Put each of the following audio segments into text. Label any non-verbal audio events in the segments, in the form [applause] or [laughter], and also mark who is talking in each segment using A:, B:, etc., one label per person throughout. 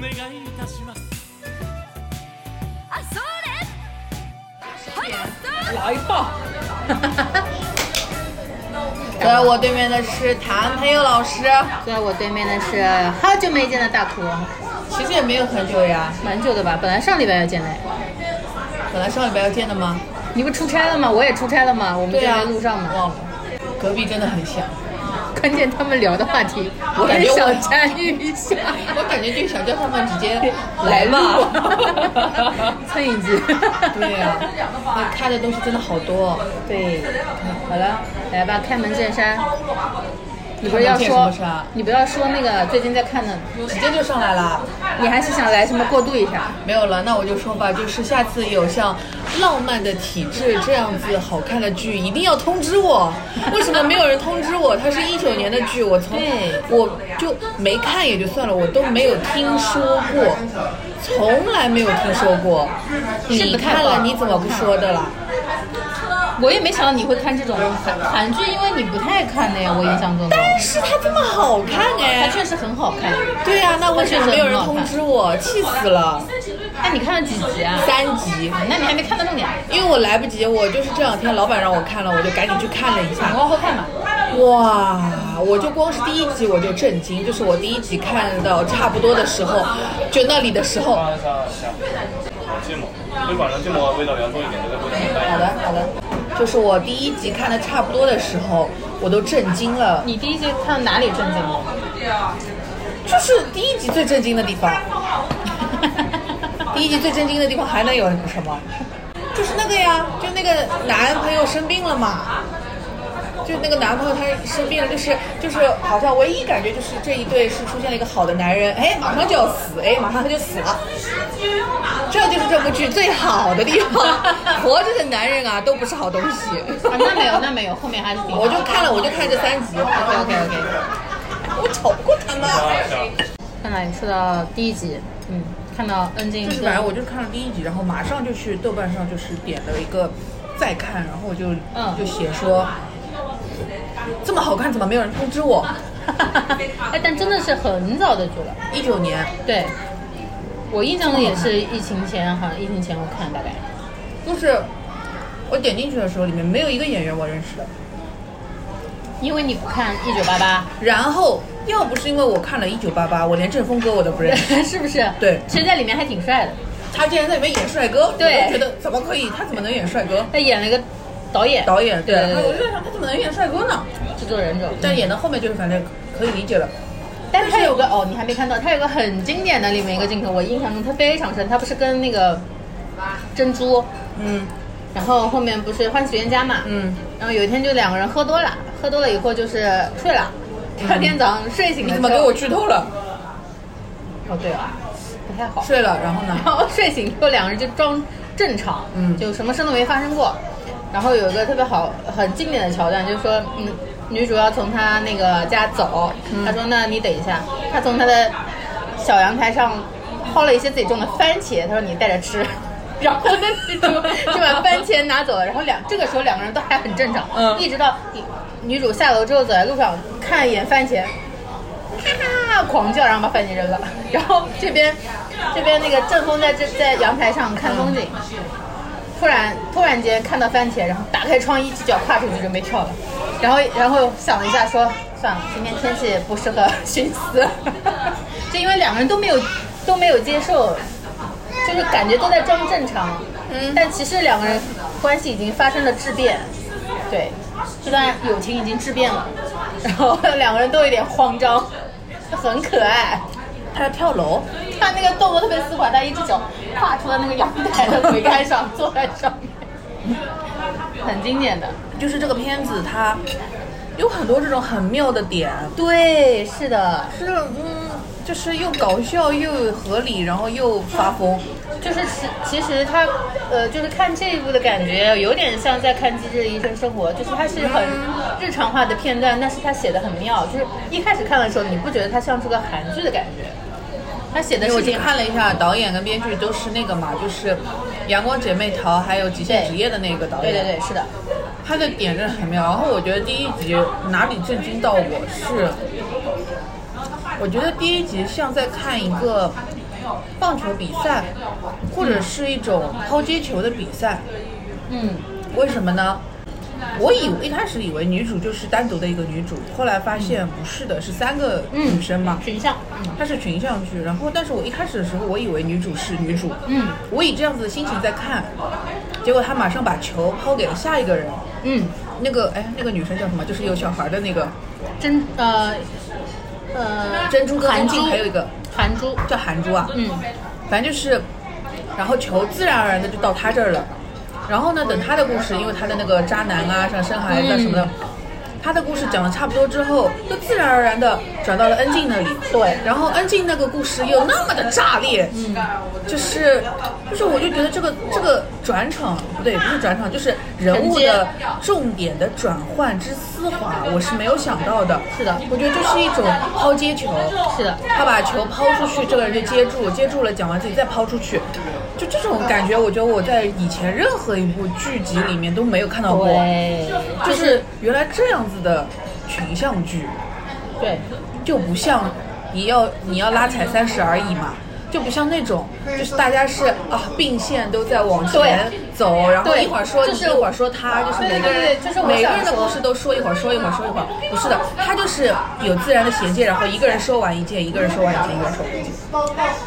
A: 願いいたします
B: 啊，それ，好呀，走。
C: 来吧。
D: 坐在我对面的是谭培佑老师，
C: 坐在我对面的是好久没见的大苦，
D: 其实也没有很久呀，
C: 蛮久的吧？本来上礼拜要见的，
D: 本来上礼拜要见的吗？
C: 你不出差了吗？我也出差了嘛，我们就
D: 对呀、
C: 在路上嘛。
D: 忘了。隔壁真的很像，
C: 关键他们聊的话题，我
D: 感
C: 也
D: 觉我
C: 想参与一 [laughs] 下。
D: 我感觉就想叫他们直接
C: 来
D: 吧 [laughs]
C: 吧。，蹭一句。
D: 对呀、那看的东西真的好多、哦。
C: 对，好了，来吧，开门见山。你不是要
D: 开门见什
C: 说
D: 么山，
C: 你不要说那个最近在看的，
D: 直接就上来了，
C: 你还是想来什么过渡一下？
D: 没有了，那我就说吧，就是下次有像《浪漫的体质》这样子好看的剧，一定要通知我。为什么没有人通知我？它是一九年的剧，我从
C: 对
D: 我就没看也就算了，我都没有听说过，从来没有听说过。你看了你怎么不说的啦？
C: 我也没想到你会看这种韩韩剧，因为你不太看的呀，我印象中。
D: 但是它这么好看
C: 它
D: 哎！
C: 确实很好看。
D: 对呀、那为什么没有人通
C: 它确实
D: 知我？气死了！
C: 那你看了几集啊？
D: 三集。
C: 那你还没看到重点，
D: 因为我来不及，我就是这两天老板让我看了，我就赶紧去看了一下
C: 你。往后看吧。
D: 哇！我就光是第一集我就震惊，就是我第一集看到差不多的时候，就那里的时候，好
E: 放上香芥末，推广上芥末的味道比较重一点，这个味道一般。
D: 的好的，就是我第一集看的差不多的时候，我都震惊了，
C: 你第一集看到哪里震惊了？
D: [laughs] 就是第一集最震惊的地方， [laughs] 第一集最震惊的地方还能有什么？就是那个呀，就那个男朋友生病了嘛，就那个男朋友他生病了，就是就是好像唯一感觉就是这一对是出现了一个好的男人，哎，马上就要死，哎，马上他就死了，这就是这部剧最好的地
C: [laughs]
D: 方，活着的男人啊都不是好东西。
C: 啊，那没有，那没有，后面还是挺
D: [laughs]
C: 好
D: 我就看了，我就看这三集，OK OK OK，我吵不过他们。啊
C: 看来你说到第一集，嗯，看到恩静
D: 就是
C: 跟
D: 反正我就看了第一集，然后马上就去豆瓣上就是点了一个再看，然后我就、
C: 嗯
D: 就写说这么好看怎么没有人通知
C: [laughs]
D: 我？ [laughs]
C: 哎，但真的是很早的剧了。
D: 一九年
C: 对，我印象中也是疫情前，好像疫情前我看大概。
D: 就是我点进去的时候，里面没有一个演员我认识的。
C: 因为你不看《一九八八
D: 然后要不是因为我看了一九八八，我连郑峰哥我都不认识。》，
C: [laughs] 是不是？
D: 对
C: 其实在里面还挺帅的，
D: 他竟然在里面演帅哥，
C: 对
D: 我就觉得怎么可以？他怎么能演帅哥？
C: 他演了一个导演，
D: 导演
C: 对嗯
D: 他我
C: 对
D: 就在想他怎么能演帅哥呢？
C: 对，制作人这种。
D: 但演到后面就是反正可以理解了。
C: 但是它有个哦，你还没看到，它有个很经典的里面一个镜头，我印象中它非常深。它不是跟那个珍珠，
D: 嗯
C: 然后后面不是换许愿家嘛，
D: 嗯，
C: 然后有一天就两个人喝多了，喝多了以后就是睡了， [laughs] 第二天早上睡醒
D: 嗯你
C: 了
D: 怎么
C: 之后，
D: 给我剧透了？
C: 哦对啊，不太好。
D: 睡了，然后呢？
C: 然后 [laughs] 睡醒之后，两个人就装正常，
D: 嗯
C: 就什么事都没发生过。然后有一个特别好、很经典的桥段，就是说，嗯，女主要从她那个家走，她说：“那你等一下。”她从她的小阳台上薅了一些自己种的番茄，她说：“你带着吃。”然 [laughs] 后那女主就把番茄拿走了，然后两这个时候两个人都还很正常，
D: 嗯
C: 一直到女女主下楼之后走在路上看一眼番茄，哈哈，狂叫，然后把番茄扔了。然后这边这边那个郑峰在这在阳台上看风景，突然突然间看到番茄，然后打开窗一只脚跨出去准备跳了，然后然后想了一下说算了，今天天气不适合寻死， [laughs] 就因为两个人都没有都没有接受。就是感觉都在装正常，
D: 嗯
C: 但其实两个人关系已经发生了质变，对，这段友情已经质变了， [laughs] 然后两个人都有点慌张，很可爱。
D: 他要跳楼，
C: 他那个动作特别丝滑，他一只脚跨出了那个阳台的桅杆上，坐在上面，很经典的。
D: 就是这个片子它有很多这种很妙的点，
C: 对，是的，
D: 是嗯，就是又搞笑又合理，然后又发疯。
C: 就是其其实他呃，就是看这一部的感觉，有点像在看《机智的医生生活》，就是它是很日常化的片段，但是它写的很妙。就是一开始看的时候，你不觉得它像是个韩剧的感觉，他写的
D: 因为
C: 是
D: 哎我去
C: 挺
D: 看了一下，导演跟编剧都是那个嘛，就是《阳光姐妹淘》还有《极限职业》的那个导
C: 对
D: 演。
C: 对对，是的。
D: 他的点真的很妙。然后我觉得第一集哪里震惊到我是，我觉得第一集像在看一个棒球比赛，或者是一种抛接球的比赛。
C: 嗯，
D: 为什么呢？我以一开始以为女主就是单独的一个女主，后来发现不是的，是三个
C: 嗯
D: 女生嘛。
C: 群像，嗯
D: 它是群像剧，然后但是我一开始的时候，我以为女主是女主，
C: 嗯，
D: 我以这样子的心情在看，结果她马上把球抛给了下一个人，
C: 嗯，
D: 那个哎，那个女生叫什么？就是有小孩的那个
C: 珍呃呃
D: 珍珠跟
C: 韩珠，
D: 还有一个
C: 韩珠，
D: 叫韩珠啊，
C: 嗯，
D: 反正就是，然后球自然而然的就到她这儿了，然后呢，等她的故事，因为她的那个渣男啊，像生孩子啊什么的。她的故事讲的差不多之后，就自然而然的转到了恩静那里。
C: 对
D: 然后恩静那个故事又那么的炸裂，嗯，就是就是，我就觉得这个这个转场不对，不是转场，就是人物
C: 承接
D: 的重点的转换之丝滑，我是没有想到的。
C: 是的
D: 我觉得这是一种抛接球，
C: 是的
D: 他把球抛出去，这个人就接住，接住了，讲完自己再抛出去，就这种感觉，我觉得我在以前任何一部剧集里面都没有看到过，
C: 对，
D: 就是原来这样子的群像剧，
C: 对，
D: 就不像你要你要拉踩三十而已嘛。就不像那种，就是大家是啊并线都在往前
C: 对
D: 走，然后
C: 对
D: 一会儿说你，
C: 就是
D: 一会儿说他，就是每个人
C: 对对对就是我
D: 每个
C: 想
D: 人的
C: 说
D: 故事都说一会儿说一会儿说一会儿，不是的，他就是有自然的衔接，然后一个人说完一件，一个人说完一件，一个人说完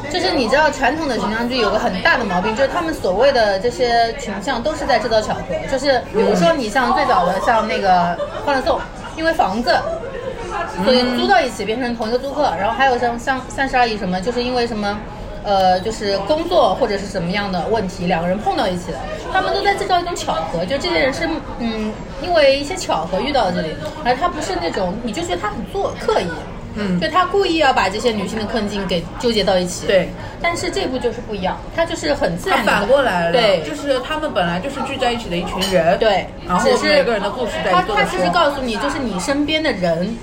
D: 一件。
C: 就是你知道传统的群像剧有个很大的毛病，就是他们所谓的这些群像都是在制造巧合，就是比如说你像最早的像那个《欢乐颂》，因为房子。所以租到一起变成同一个租客，然后还有像像三十而已什么，就是因为什么，呃，就是工作或者是什么样的问题，两个人碰到一起了，他们都在制造一种巧合，就这些人是嗯，因为一些巧合遇到了这里，而他不是那种你就觉得他很做刻意，
D: 嗯
C: 就他故意要把这些女性的困境给纠结到一起，
D: 对，
C: 但是这部就是不一样，他就是很自
D: 他
C: 然地
D: 反过来了，
C: 对，
D: 就是他们本来就是聚在一起的一群人，
C: 对，
D: 然后
C: 只是
D: 每个人的故事在
C: 他
D: 一个
C: 他
D: 的
C: 只是
D: 说。
C: 告诉你，就是你身边的人，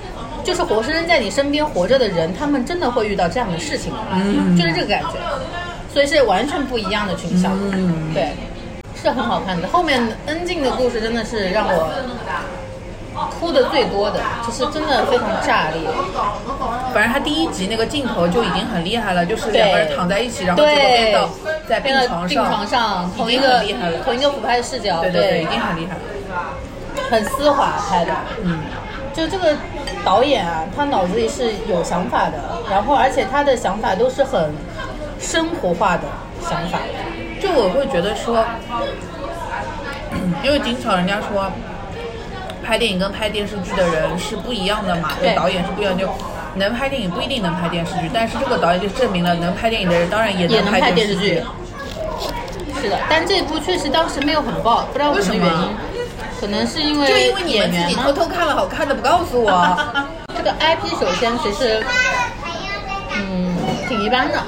C: 就是活生生在你身边活着的人，他们真的会遇到这样的事情，
D: 嗯
C: 就是这个感觉，所以是完全不一样的群像，
D: 嗯
C: 对，是很好看的。后面恩静的故事真的是让我哭的最多的，就是真的非常炸裂，
D: 反正他第一集那个镜头就已经很厉害了，就是两个人
C: 对
D: 躺在一起，然后结果
C: 对
D: 变到在病
C: 变到
D: 床
C: 病
D: 上，
C: 床上同一
D: 已经
C: 个
D: 很厉害了
C: 同一个俯拍视角，
D: 对对对，已经很厉害了。
C: 很丝滑拍的。
D: 嗯，
C: 就这个导演啊，他脑子里是有想法的，然后而且他的想法都是很生活化的想法。
D: 就我会觉得说， [clears throat] 因为经常人家说，拍电影跟拍电视剧的人是不一样的嘛，
C: 对
D: 就导演是不一样，就能拍电影不一定能拍电视剧，但是这个导演就证明了能拍电影的人当然也
C: 也能拍
D: 电
C: 电视剧
D: 剧。
C: 是的，但这部确实当时没有很爆，不知道什么
D: 为什
C: 原
D: 么啊
C: 因，可能是因为
D: 就因为你们
C: 演
D: 自
C: 员
D: 己
C: 吗
D: 偷偷看了好看的不告诉
C: [laughs]
D: 我，
C: 这个 IP 首先其实，嗯，挺一般的，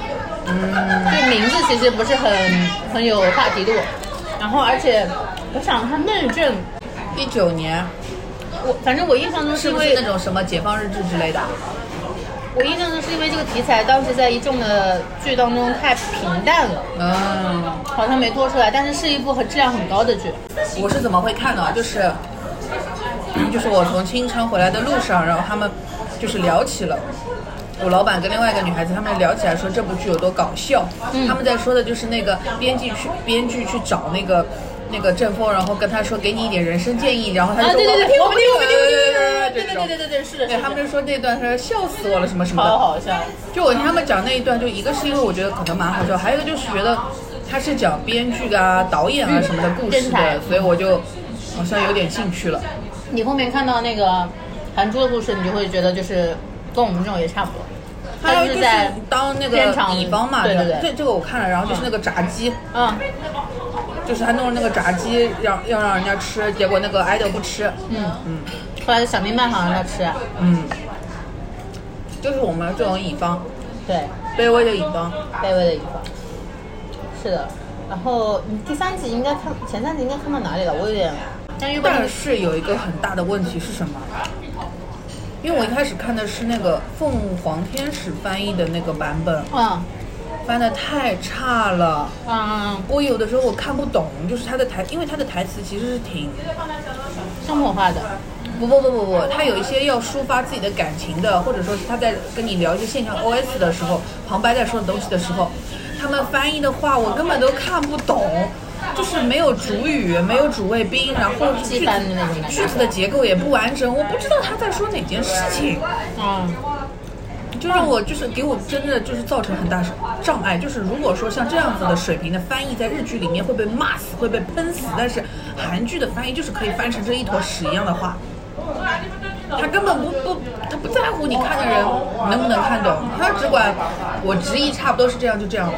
C: 嗯，这名字其实不是很很有话题度，然后而且我想它内政，
D: 一九年
C: 我反正我印象中是
D: 是
C: 因
D: 不
C: 为
D: 是那种什么解放日志之类的？
C: 我印象中是因为这个题材当时在一众的剧当中太平淡了，
D: 嗯，
C: 好像没多出来，但是是一部很质量很高的剧。
D: 我是怎么会看的啊？就是，就是我从清昌回来的路上，然后他们就是聊起了。我老板跟另外一个女孩子，他们聊起来说这部剧有多搞笑。他们在说的就是那个编剧去编剧去找那个那个郑峰，然后跟他说给你一点人生建议，然后他就
C: 啊，
D: 说
C: 对对对，
D: 我
C: 我
D: 不
C: 们
D: 听
C: 听
D: 我
C: 我
D: 不
C: 们
D: 听
C: 听
D: 我不听我不听，
C: 我们听，对对对对对对，是的，
D: 对他们就说那段，他说笑死我了什么什么的。
C: 好好笑，
D: 就我听他们讲那一段，就一个是因为我觉得可能蛮好笑，还有一个就是觉得他是讲编剧啊、导演啊什么的故事
C: 编排
D: 的，所以我就好像有点兴趣了。
C: 你后面看到那个韩珠的故事，你就会觉得就是跟我们这种也差不多，
D: 还
C: 他
D: 有
C: 就
D: 就是是
C: 在
D: 当那
C: 片
D: 个
C: 场
D: 乙方嘛，
C: 对对
D: 吧
C: 对
D: 这这个我看了，然后就是那个炸鸡，
C: 嗯
D: 就是他弄了那个炸鸡让要让人家吃，结果那个 idol 不吃，
C: 嗯
D: 嗯
C: 后来就想明白好像要吃，啊
D: 嗯，就是我们这种乙方，
C: 对，
D: 卑微的乙方，
C: 卑微的一方，是的。然后你第三集应该看，前三集应该看到哪里了？我有点，但是又
D: 但是有一个很大的问题是什么？因为我一开始看的是那个凤凰天使翻译的那个版本，
C: 嗯
D: 翻的太差了。
C: 嗯嗯，
D: 我有的时候我看不懂，就是他的台，因为他的台词其实是挺
C: 生活化的，啊
D: 不不不不不，他有一些要抒发自己的感情的，或者说是他在跟你聊一些现象 OS 的时候，旁白在说的东西的时候，他们翻译的话我根本都看不懂，就是没有主语，没有主谓宾，然后句
C: 一
D: 子
C: 般的那种
D: 句子的结构也不完整，我不知道他在说哪件事情，
C: 嗯，
D: 就让我就是给我真的就是造成很大障碍。就是如果说像这样子的水平的翻译，在日剧里面会被骂死，会被喷死，但是韩剧的翻译就是可以翻成这一坨屎一样的话。他根本不不，他不在乎你看的人能不能看懂，他只管我直译差不多是这样就这样了。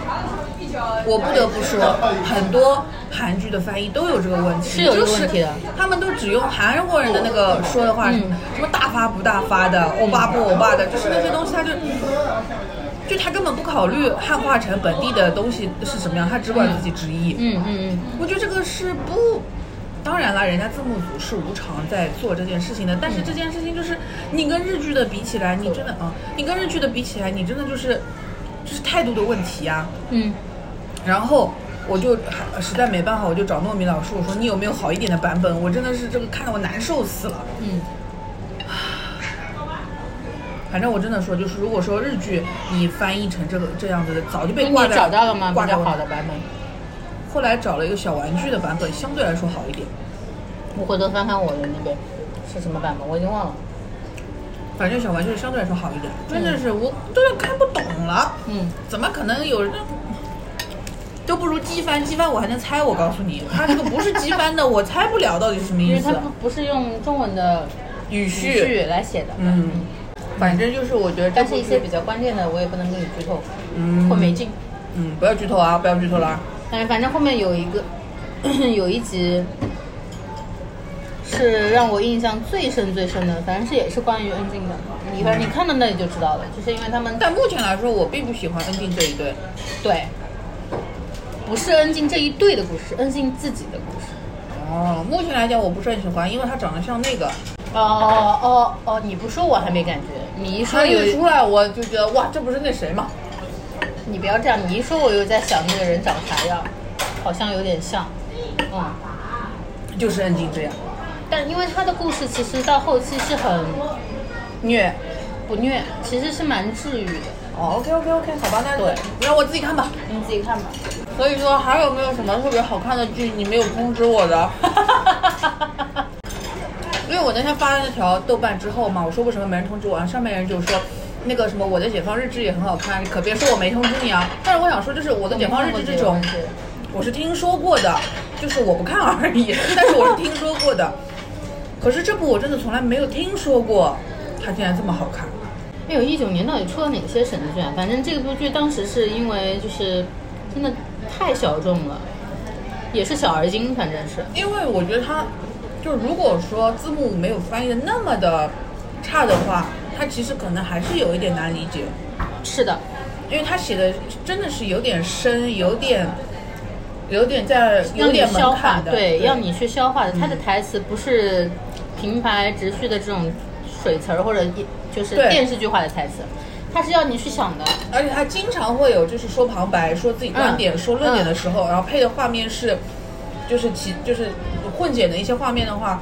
D: 我不得不说，很多韩剧的翻译都有这个问题，
C: 是有这个问题的
D: 就是他们都只用韩国人的那个说的话，
C: 嗯
D: 什么大发不大发的，欧巴不欧巴的，就是那些东西，他就就他根本不考虑汉化成本地的东西是什么样，他只管自己直译。
C: 嗯嗯
D: 我觉得这个是不，当然啦，人家字幕组是无偿在做这件事情的，但是这件事情就是你跟日剧的比起来，你真的啊，你跟日剧的比起来，你真的就是就是态度的问题啊。
C: 嗯
D: 然后我就呃实在没办法，我就找糯米老师，我说你有没有好一点的版本？我真的是这个看得我难受死了。
C: 嗯
D: 反正我真的说，就是如果说日剧你翻译成这个这样子的，早就被
C: 嗯，
D: 挂
C: 那
D: 在
C: 你找到了吗？
D: 挂
C: 比
D: 在
C: 较
D: 我
C: 好的版本，
D: 后来找了一个小玩具的版本，相对来说好一点。
C: 我回头翻看我的那边是什么版本，我已经忘了。
D: 反正小玩具相对来说好一点，真的是我都要看不懂了，
C: 嗯，
D: 怎么可能有人都不如机翻？机翻我还能猜，我告诉你，它这个不是机翻
C: [laughs]
D: 的，我猜不了到底是什么
C: 因
D: 意
C: 为它
D: 思。
C: 不不是用中文的
D: 语
C: 语序来写的，
D: 嗯，反正就是我觉得这
C: 但
D: 部
C: 是
D: 剧，
C: 一些比较关键的我也不能跟你剧透，
D: 嗯
C: 会没劲。
D: 嗯，不要剧透啊，不要剧透啦。
C: 但是反正后面有一个 [coughs] 有一集是让我印象最深最深的，反正是也是关于恩静的。你反正你看到那里就知道了，就是因为他们
D: 但目前来说，我并不喜欢恩静这一对，
C: 对，不是恩静这一对的故事，恩静自己的故事。
D: 哦，目前来讲我不是很喜欢，因为他长得像那个，
C: 哦哦哦哦，你不说我还没感觉，你一说
D: 他一
C: 有，
D: 出来我就觉得哇，这不是那谁吗？
C: 你不要这样，你一说我又在想那个人长啥样，好像有点像，嗯。
D: 就是恩静这样
C: 但因为他的故事其实到后期是很
D: 虐。
C: 不虐，其实是蛮治愈的。
D: 哦，OK OK OK，好吧，那
C: 对
D: 让我自己看吧。
C: 你自己看 [laughs] 吧。
D: 所以说，还有没有什么特别好看的剧你没有通知我 [laughs] 的？因为我那天发了那条豆瓣之后嘛，我说为什么没人通知我，啊然后上面人就说。那个什么，我的解放日志也很好看，可别说我没通知你啊！但是我想说，就是哦我的解放日志这种，我是听说过的，就是我不看而已， [laughs] 但是我是听说过的。可是这部我真的从来没有听说过，它竟然这么好看。
C: 哎呦，一九年到底出了哪些神剧啊？反正这部剧当时是因为就是真的太小众了，也是小而精，反正是。
D: 因为我觉得它，就如果说字幕没有翻译的那么的差的话，它其实可能还是有一点难理解，
C: 是的，
D: 因为它写的真的是有点深，有点有点在有点
C: 让你消
D: 门
C: 化，
D: 槛的，嗯
C: 对，要你去消化的。它的台词不是平白直叙的这种水词儿或者一就是
D: 对
C: 电视剧化的台词，它是要你去想的。
D: 而且他经常会有就是说旁白、说自己观点、
C: 嗯
D: 说论点的时候，然后配的画面是，就是其就是混剪的一些画面的话，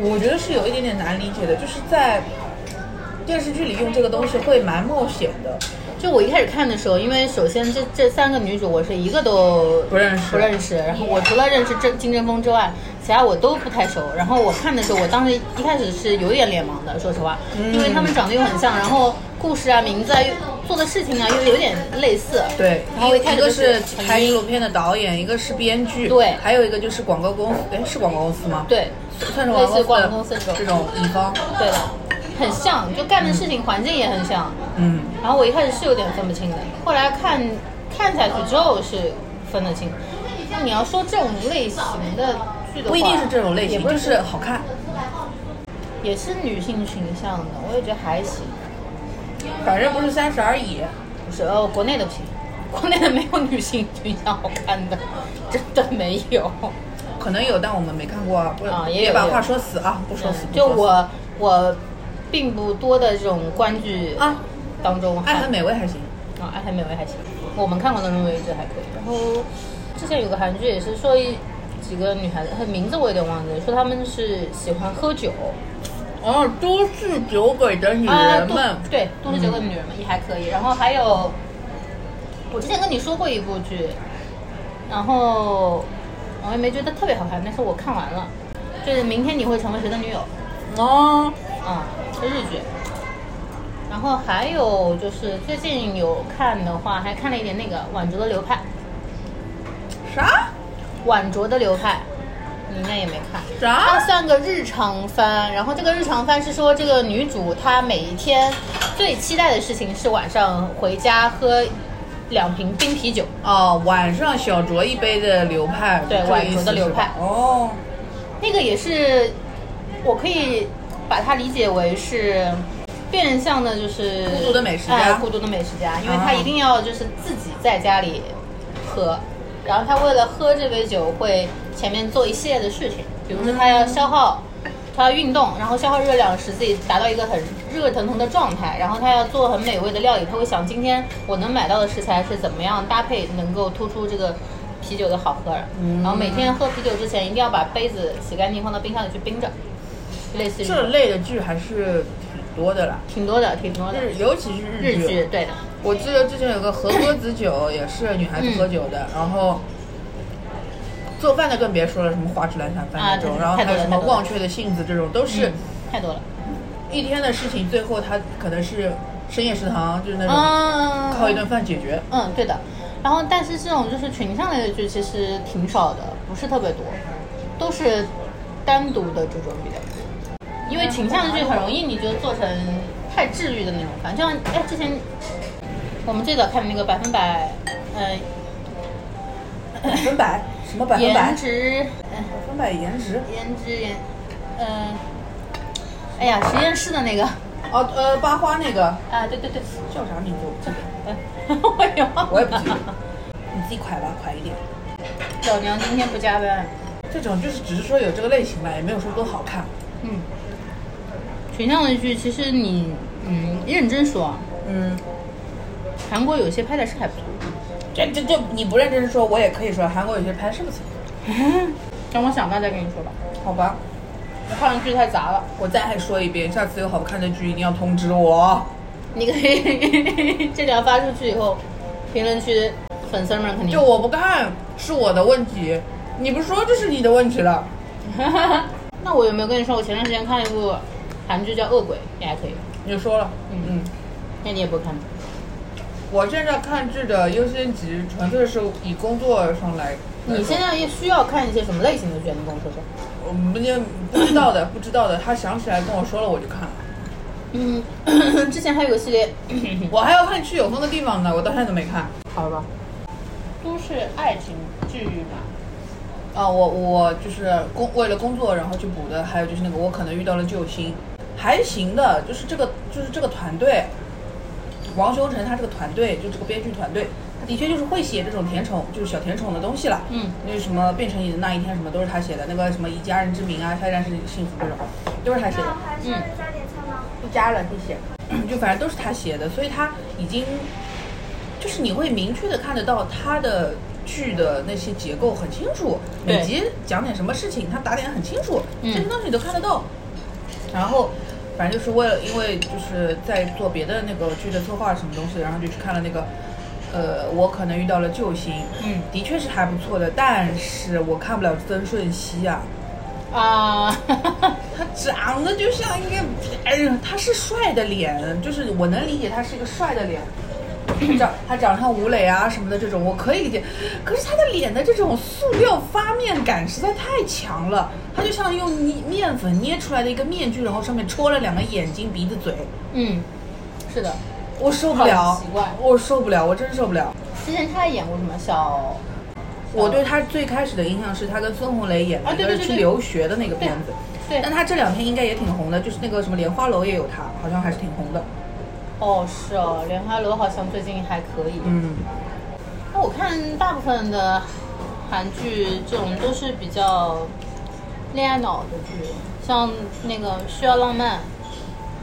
D: 我觉得是有一点点难理解的，就是在电视剧里用这个东西会蛮冒险的，
C: 就我一开始看的时候，因为首先这这三个女主我是一个都
D: 不认识
C: 不认识，然后我除了认识郑金针锋之外，其他我都不太熟。然后我看的时候，我当时一开始是有点脸盲的，说实话，
D: 嗯
C: 因为她们长得又很像，然后故事啊、名字啊、又做的事情啊又有点类似。
D: 对，
C: 然后
D: 一
C: 一开
D: 一
C: 始
D: 个
C: 就是很
D: 拍纪
C: 晕
D: 录片的导演，一个是编剧，
C: 对
D: 还有一个就是广告公司，哎，是广告公司吗？，
C: 对
D: 算是广告
C: 类似广告
D: 公
C: 公
D: 司
C: 司
D: 的这
C: 这种
D: 种乙方，
C: 对的，很像，就干的事情环境也很像。
D: 嗯，
C: 然后我一开始是有点分不清的，后来看看下去之后是分得清。那你要说这种类型的剧的话，
D: 不一定是这种类
C: 也
D: 型，
C: 不
D: 就是是好看。
C: 也是女性群像的，我也觉得还行。
D: 反正不是三十而已，
C: 不是，呃，国内的不行，国内的没有女性群像好看的，真的没有。
D: 可能有，但我们没看过啊。不
C: 啊也
D: 别
C: 有
D: 把
C: 也
D: 话
C: 有嗯
D: 说死啊，不说死。不
C: 就
D: 说死
C: 我我并不多的这种观剧
D: 啊，
C: 当中，
D: 爱很美味还行。
C: 啊，爱很美味还行，我们看过当中有一支还可以。然后之前有个韩剧也是说一几个女孩子，她名字我有点忘记了，说她们是喜欢喝酒，
D: 哦，都是酒鬼的女
C: 啊，
D: 人
C: 都
D: 们，嗯
C: 对，都是九个女人们也还可以。然后还有，我之前跟你说过一部剧，然后我也没觉得特别好看，但是我看完了，就是明天你会成为谁的女友，
D: 哦，
C: 啊、是日剧。然后还有就是最近有看的话，还看了一点那个《晚酌的流派》，
D: 啥
C: 晚酌的流派，你应该也没看。它
D: 啥？
C: 算个日常番，然后这个日常番是说这个女主她每一天最期待的事情是晚上回家喝两瓶冰啤酒，
D: 哦，晚上小酌一杯的流派，
C: 对
D: 这个
C: 晚酌的
D: 意思是吧
C: 流派
D: 哦，
C: 那个也是我可以把它理解为是变相的，就是
D: 孤独的美食家
C: 哎，孤独的美食家，因为她
D: 啊
C: 一定要就是自己在家里喝，然后她为了喝这杯酒会前面做一系列的事情，比如说她要消耗。他要运动，然后消耗热量，使自己达到一个很热腾腾的状态。然后他要做很美味的料理，他会想今天我能买到的食材是怎么样搭配，能够突出这个啤酒的好喝。然后每天喝啤酒之前，一定要把杯子洗干净，放到冰箱里去冰着，类似于
D: 这类的剧还是挺多的啦，
C: 挺多的，挺多的。
D: 日尤其是日
C: 嗯日剧对的，
D: 我记得之前有个和歌子酒，也是女孩子喝酒
C: 嗯
D: 的，然后做饭的更别说了，什么花枝乱颤
C: 啊
D: 饭这种，
C: 对
D: 然后还有什
C: 太
D: 么
C: 多了太多了
D: 忘却的性子这种，都是
C: 嗯太多了。
D: 一天的事情，最后她可能是深夜食堂，就是那种
C: 嗯，
D: 靠一顿饭解
C: [laughs]
D: 决。
C: 嗯，对的。然后，但是这种就是群像类的剧其实挺少的，不是特别多，都是单独的这种比较多。因为群像剧很容易你就做成太治愈的那种番，就像哎之前我们最早看的那个百分百，呃，
D: 百分百什么百分百
C: 颜？值，呃
D: 百分百颜值？
C: 颜值颜，嗯、哎呀，实验室的那个
D: 哦，呃，八花那个
C: 啊，对对对，
D: 叫啥名字？我不记得，
C: 呃 [laughs] 我也忘了，
D: 我也不记得。你自己快吧，快一点。
C: 老娘今天不加班。
D: 这种就是只是说有这个类型吧，也没有说多好看。
C: 嗯，群像文剧其实你嗯认真说，啊，
D: 嗯，
C: 韩国有些拍的是还 [laughs] 不错，
D: 这这这你不认真说，我也可以说韩国有些拍是不错，
C: 等我想到再跟你说吧。
D: 好吧？
C: 我看的剧太杂了，
D: 我再说一遍，下次有好看的剧一定要通知我。
C: 你可以 [laughs] 这条发出去以后，评论区粉丝们肯定
D: 就我不看是我的问题，你不说就是你的问题了。
C: [laughs] 那我有没有跟你说，我前段时间看一部韩剧叫《恶鬼》，也还可以，
D: 你说了，
C: 嗯
D: 嗯，
C: 那你也不会看？
D: 我现在看剧的优先级纯粹是以工作上来。
C: 你现在也需要看一些什么类型的剧？你跟我说说。
D: 我们就不知道的，不知道的，他想起来跟我说了，我就看了。
C: 嗯， [coughs] 之前还有个系列， [laughs]
D: 我还要看去有风的地方呢，我到现在都没看。
C: 好吧，
A: 都市爱情治愈嘛，
D: 啊，我我就是工为了工作然后去补的，还有就是那个我可能遇到了救星，还行的，就是这个就是这个团队，王修成他这个团队就这个编剧团队，他的确就是会写这种甜宠，就是小甜宠的东西了。
C: 嗯，
D: 那个什么变成你的那一天什么都是他写的，那个什么以家人之名啊，下一站是幸福这种，都是他写的。
E: 还是加点菜吗？
D: 不加了，谢谢。就反正都是他写的，所以他已经就是你会明确的看得到他的剧的那些结构很清楚，
C: 对
D: 每集讲点什么事情，他打点很清楚，
C: 嗯
D: 这些东西你都看得到。然后反正就是为了，因为就是在做别的那个剧的策划什么东西，然后就去看了那个。呃，我可能遇到了救星，
C: 嗯，
D: 的确是还不错的，但是我看不了曾舜晞啊，
C: 啊， [laughs]
D: 他长得就像一个，哎呀，他是帅的脸，就是我能理解他是一个帅的脸。长他长得像吴磊啊什么的这种，我可以理解。可是他的脸的这种塑料发面感实在太强了，他就像用泥面粉捏出来的一个面具，然后上面戳了两个眼睛、鼻子、嘴，
C: 嗯，是的。
D: 我受不了
C: 好奇怪，
D: 我受不了，我真受不了。
C: 之前他还演过什么小？
D: 我对他最开始的印象是他跟孙红雷演的
C: 啊
D: 一
C: 对
D: 个
C: 对
D: 是
C: 对
D: 去
C: 对
D: 留学的那个片子，
C: 对
D: 但他这两天应该也挺红的，就是那个什么莲花楼也有他，好像还是挺红的。
C: 哦，是哦，莲花楼好像最近还可以。
D: 嗯，
C: 那我看大部分的韩剧这种都是比较恋爱脑的剧，像那个《需要浪漫》，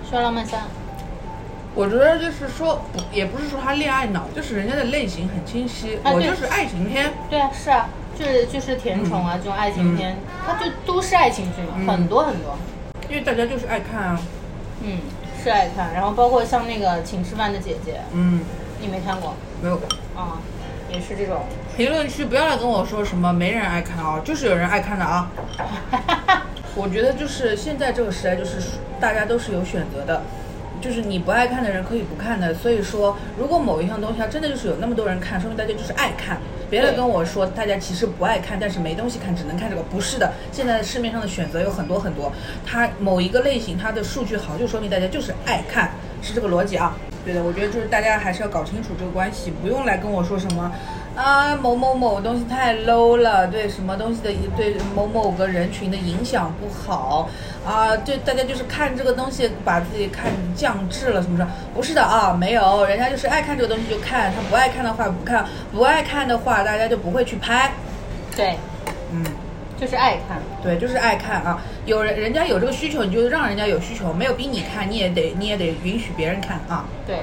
C: 《需要浪漫三》。
D: 我觉得就是说，不也不是说他恋爱脑，就是人家的类型很清晰。
C: 啊
D: 我
C: 对
D: 就是爱情片，
C: 对啊，是啊，就是就是甜宠啊，这种爱情片，它就都是爱情剧嘛，
D: 嗯
C: 很多很多。
D: 因为大家就是爱看啊。
C: 嗯，是爱看。然后包括像那个《请吃饭的姐姐
D: 嗯，》，
C: 你没看过
D: 没有吧？
C: 啊？也是这种，
D: 评论区不要来跟我说什么没人爱看啊，就是有人爱看的啊。我觉得就是现在这个时代，就是大家都是有选择的，就是你不爱看的人可以不看的。所以说，如果某一项东西它真的就是有那么多人看，说明大家就是爱看。别来跟我说大家其实不爱看，但是没东西看，只能看这个，不是的。现在市面上的选择有很多很多，它某一个类型它的数据好，就说明大家就是爱看，是这个逻辑啊。对的，我觉得就是大家还是要搞清楚这个关系，不用来跟我说什么啊某某某东西太 low 了，对什么东西的对某某个人群的影响不好啊，对大家就是看这个东西把自己看降智了什么的，不是的啊，没有，人家就是爱看这个东西就看，他不爱看的话不看，不爱看的话大家就不会去拍，
C: 对，
D: 嗯。
C: 就是爱看。
D: 对，就是爱看啊，有人人家有这个需求，你就让人家有需求，没有逼你看，你也得你也得允许别人看啊。
C: 对，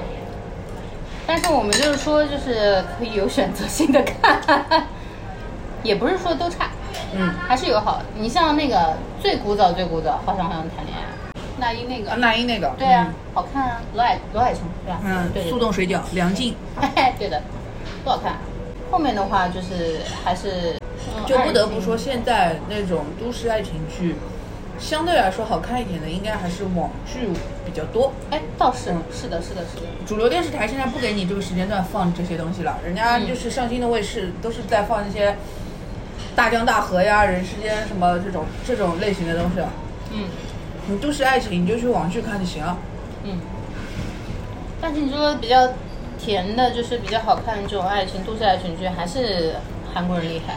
C: 但是我们就是说，就是可以有选择性的看，也不是说都差，
D: 嗯，
C: 还是有好。你像那个最古早最古早，好想好想谈恋爱，那英那
D: 啊，
C: 个，
D: 那英那个，
C: 对啊，好看啊，罗海罗海琼对吧？
D: 嗯，嗯，
C: 对对
D: 速冻水饺，梁静，
C: [laughs] 对，对的，不好看。后面的话就是还是嗯
D: 就不得不说，
C: 爱情
D: 现在那种都市爱情剧，相对来说好看一点的，应该还是网剧比较多。
C: 哎，倒是
D: 嗯
C: 是的，是的，是的，
D: 主流电视台现在不给你这个时间段放这些东西了，人家就是上新的卫视都是在放一些大江大河呀、人世间什么这种这种类型的东西了。
C: 嗯。
D: 你都市爱情，你就去网剧看就行了。
C: 嗯，但是你说比较甜的，就是比较好看的这种爱情都市爱情剧，还是韩国人厉害，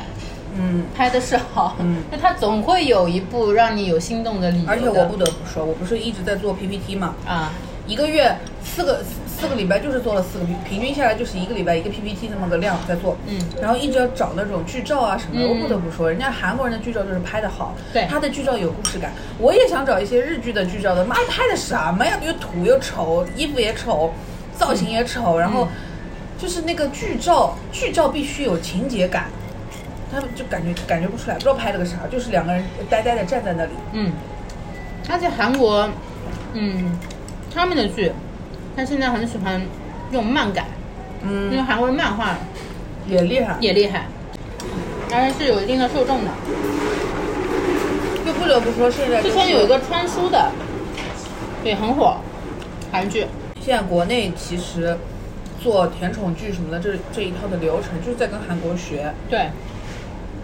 D: 嗯，
C: 拍的是好，
D: 嗯
C: 那他总会有一部让你有心动的理由的
D: 而且我不得不说，我不是一直在做 PPT 嘛，
C: 啊，
D: 一个月四个四四个礼拜就是做了四个 P，平均下来就是一个礼拜一个 PPT 那么个量在做，
C: 嗯
D: 然后一直要找那种剧照啊什么的，
C: 嗯
D: 我不得不说，人家韩国人的剧照就是拍的好，
C: 对
D: 他的剧照有故事感，我也想找一些日剧的剧照的，妈拍的什么呀？又土又丑，衣服也丑，造型也
C: 嗯
D: 丑，然后就是那个剧照，剧照必须有情节感。他们就感觉感觉不出来，不知道拍了个啥，就是两个人呆呆的站在那里。
C: 嗯，而且韩国，嗯，他们的剧，他现在很喜欢用漫改，因为
D: 嗯，
C: 韩国的漫画
D: 也厉害，
C: 也厉害，而且是有一定的受众的。
D: 就不得不说现在、就
C: 之
D: 是、
C: 前有一个穿书的，对，很火，韩剧，
D: 现在国内其实做甜宠剧什么的，这这一套的流程就是在跟韩国学，
C: 对。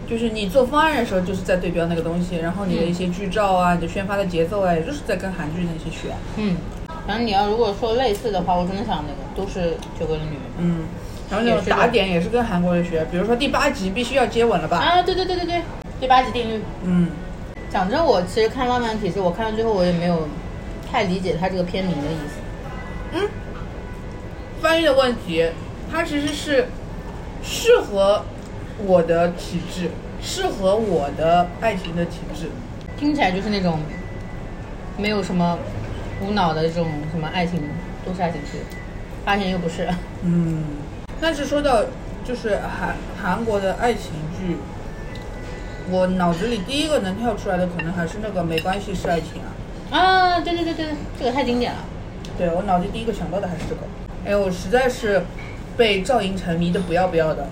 D: 就是你做方案的时候就是在对标那个东西，然后你的一些剧照啊、你的宣发的节奏啊，也就是在跟韩剧那些学。
C: 嗯，反正你要如果说类似的话，我真的想那个都是九个女人
D: 嗯，然后那种打点也是跟韩国人学，比如说第八集必须要接吻了吧？
C: 啊，对对对对对，第八级定律。
D: 嗯，
C: 讲真，我其实看《浪漫体质》，我看到最后我也没有太理解它这个片名的意思。
D: 翻译的问题，它其实是适合我的体质，适合我的爱情的体质。
C: 听起来就是那种没有什么无脑的这种什么爱情都是爱情剧，发现又不是。
D: 嗯，但是说到就是韩韩国的爱情剧，我脑子里第一个能跳出来的可能还是那个《没关系是爱情》啊。
C: 啊，对对对对，对这个太经典了。
D: 对我脑子第一个想到的还是这个。哎呦，我实在是被赵寅成迷得不要不
C: [laughs]
D: 要的。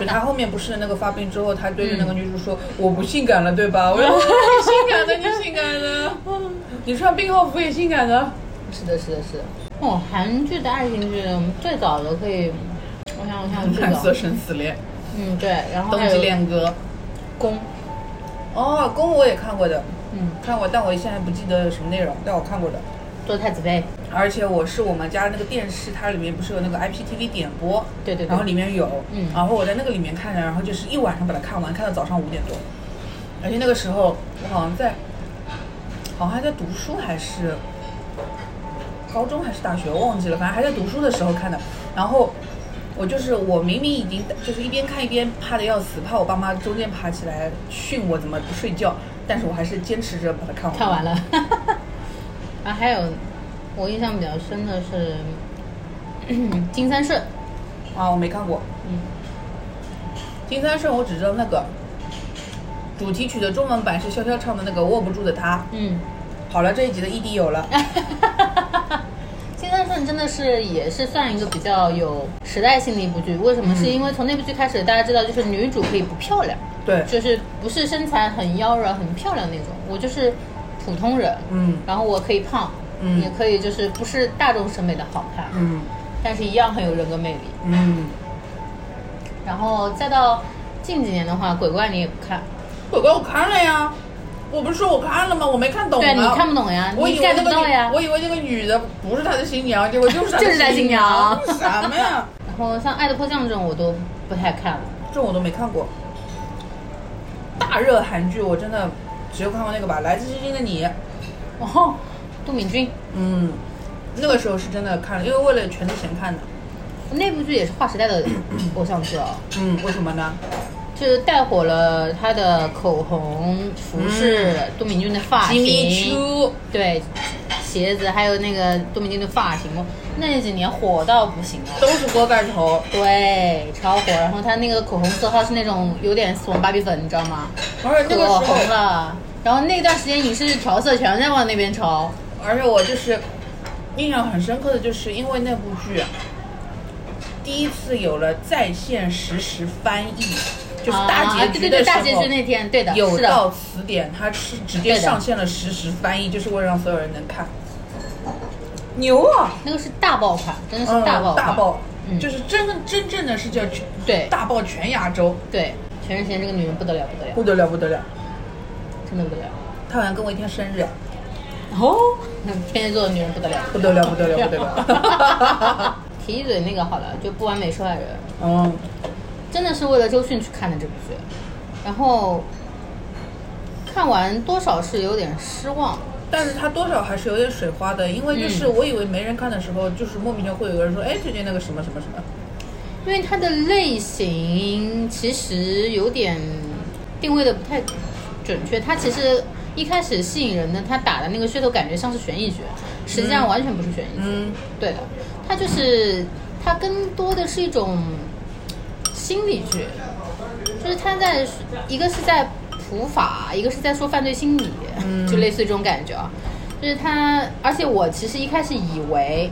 D: 就他后面不是那个发病之后，他对着那个女主说：“我不性感了，对
C: [laughs]
D: 吧？”我说：“你性感的，你性感的，你穿病号服也性感的。
C: 是的，是的，是的。哦，韩剧的爱情剧，我们最早的可以，我想我想我”最
D: 看《色
C: 早，
D: 神死恋》
C: 嗯对，然
D: 《
C: 后
D: 冬
C: 嗯还
D: 季
C: 有
D: 恋歌》
C: 宫，
D: 哦，宫我也看过的，
C: 嗯，
D: 看过，但我现在不记得什么内容，但我看过的。
C: 做太子妃。
D: 而且我是我们家那个电视，它里面不是有那个 IPTV 点播，
C: 对对对
D: 然后里面有，
C: 嗯
D: 然后我在那个里面看的，然后就是一晚上把它看完，看到早上五点多，而且那个时候我好像在，好像还在读书还是高中还是大学，我忘记了，反正还在读书的时候看的，然后。我就是我明明已经就是一边看一边怕的要死，怕我爸妈中间爬起来训我怎么不睡觉，但是我还是坚持着把它看完。
C: 看完了。 [laughs] 啊，还有我印象比较深的是 [clears throat] 《金三顺》，
D: 啊，我没看过。
C: 嗯，
D: 金三顺我只知道那个主题曲的中文版是潇潇唱的那个握不住的他，
C: 嗯，
D: 好了，这一集的 ED 有了，
C: 哎金三顺真的是也是算一个比较有时代性的一部剧，为什
D: 嗯
C: 么？是因为从那部剧开始，大家知道就是女主可以不漂亮，
D: 对，
C: 就是不是身材很妖娆、很漂亮那种，我就是普通人，
D: 嗯
C: 然后我可以胖，
D: 嗯
C: 也可以就是不是大众审美的好看，
D: 嗯
C: 但是一样很有人格魅力。
D: 嗯，
C: 然后再到近几年的话，鬼怪你也不看，
D: 鬼怪我看了呀，我不是说我看了吗？我没看懂啊，
C: 对你看不懂呀，
D: 我
C: 你
D: 以为
C: get
D: 那
C: 不
D: 个
C: 到呀
D: 女，。我以为那个女的不是他的新娘，结果就是他
C: 就是他
D: 的
C: 新
D: 娘
C: 娘，
D: 什么呀？
C: 然后像《爱的迫降》这种我都不太看了。
D: 这我都没看过。大热韩剧我真的只有看过那个吧，《来自星星的你》。
C: 哦，杜敏君
D: 嗯，那个时候是真的看了，因为为了全智贤看的。
C: 那部剧也是划时代的 [clears throat] 偶像剧哦，
D: 嗯，为什么呢？
C: 就是带火了她的口红、服饰、杜敏君的发
D: 啊
C: 型，
D: 嗯 Choo，
C: 对，鞋子，还有那个杜敏君的发型，那几年火到不行啊。
D: 都是锅盖头，
C: 对，超火。然后她那个口红色号是那种有点死亡芭比粉，你知道吗？
D: 而且那个时
C: 可
D: 候
C: 红，了。然后那段时间影视调色全在往那边抄，
D: 而且我就是印象很深刻的就是因为那部剧，第一次有了在线实时翻译，就是大结
C: 啊、对
D: 局
C: 对
D: 的
C: 对，
D: 时候。
C: 大结局那天，对的，
D: 有
C: 是的
D: 道词典，它是直接
C: 对的
D: 上线了实时翻译，就是为了让所有人能看。牛啊！
C: 那个是大爆款，真的是
D: 嗯，
C: 大爆款，
D: 大爆，
C: 嗯
D: 就是真的真正的是叫全
C: 对
D: 大爆全亚洲，
C: 对，全智贤这个女人不得了，不得了，
D: 不得了不得了。
C: 真的不得了。
D: 她好像跟我一天生日，
C: 哦， [laughs] 天蝎座的女人不得了，
D: 不得了不得了不得了。
C: [laughs] 提一嘴那个好了，就不完美受害人，
D: 嗯，
C: 真的是为了周迅去看的这部剧，然后看完多少是有点失望，
D: 但是它多少还是有点水花的，因为就是
C: 嗯
D: 我以为没人看的时候，就是莫名其妙会有个人说，哎，最近那个什么什么什么，
C: 因为它的类型其实有点定位的不太准确。它其实一开始吸引人的，它打的那个噱头感觉像是悬疑剧，实际上完全不是悬疑剧。
D: 嗯
C: 对的，它就是它更多的是一种心理剧，就是它在一个是在普法，一个是在说犯罪心理，就类似于这种感觉啊。就是它，而且我其实一开始以为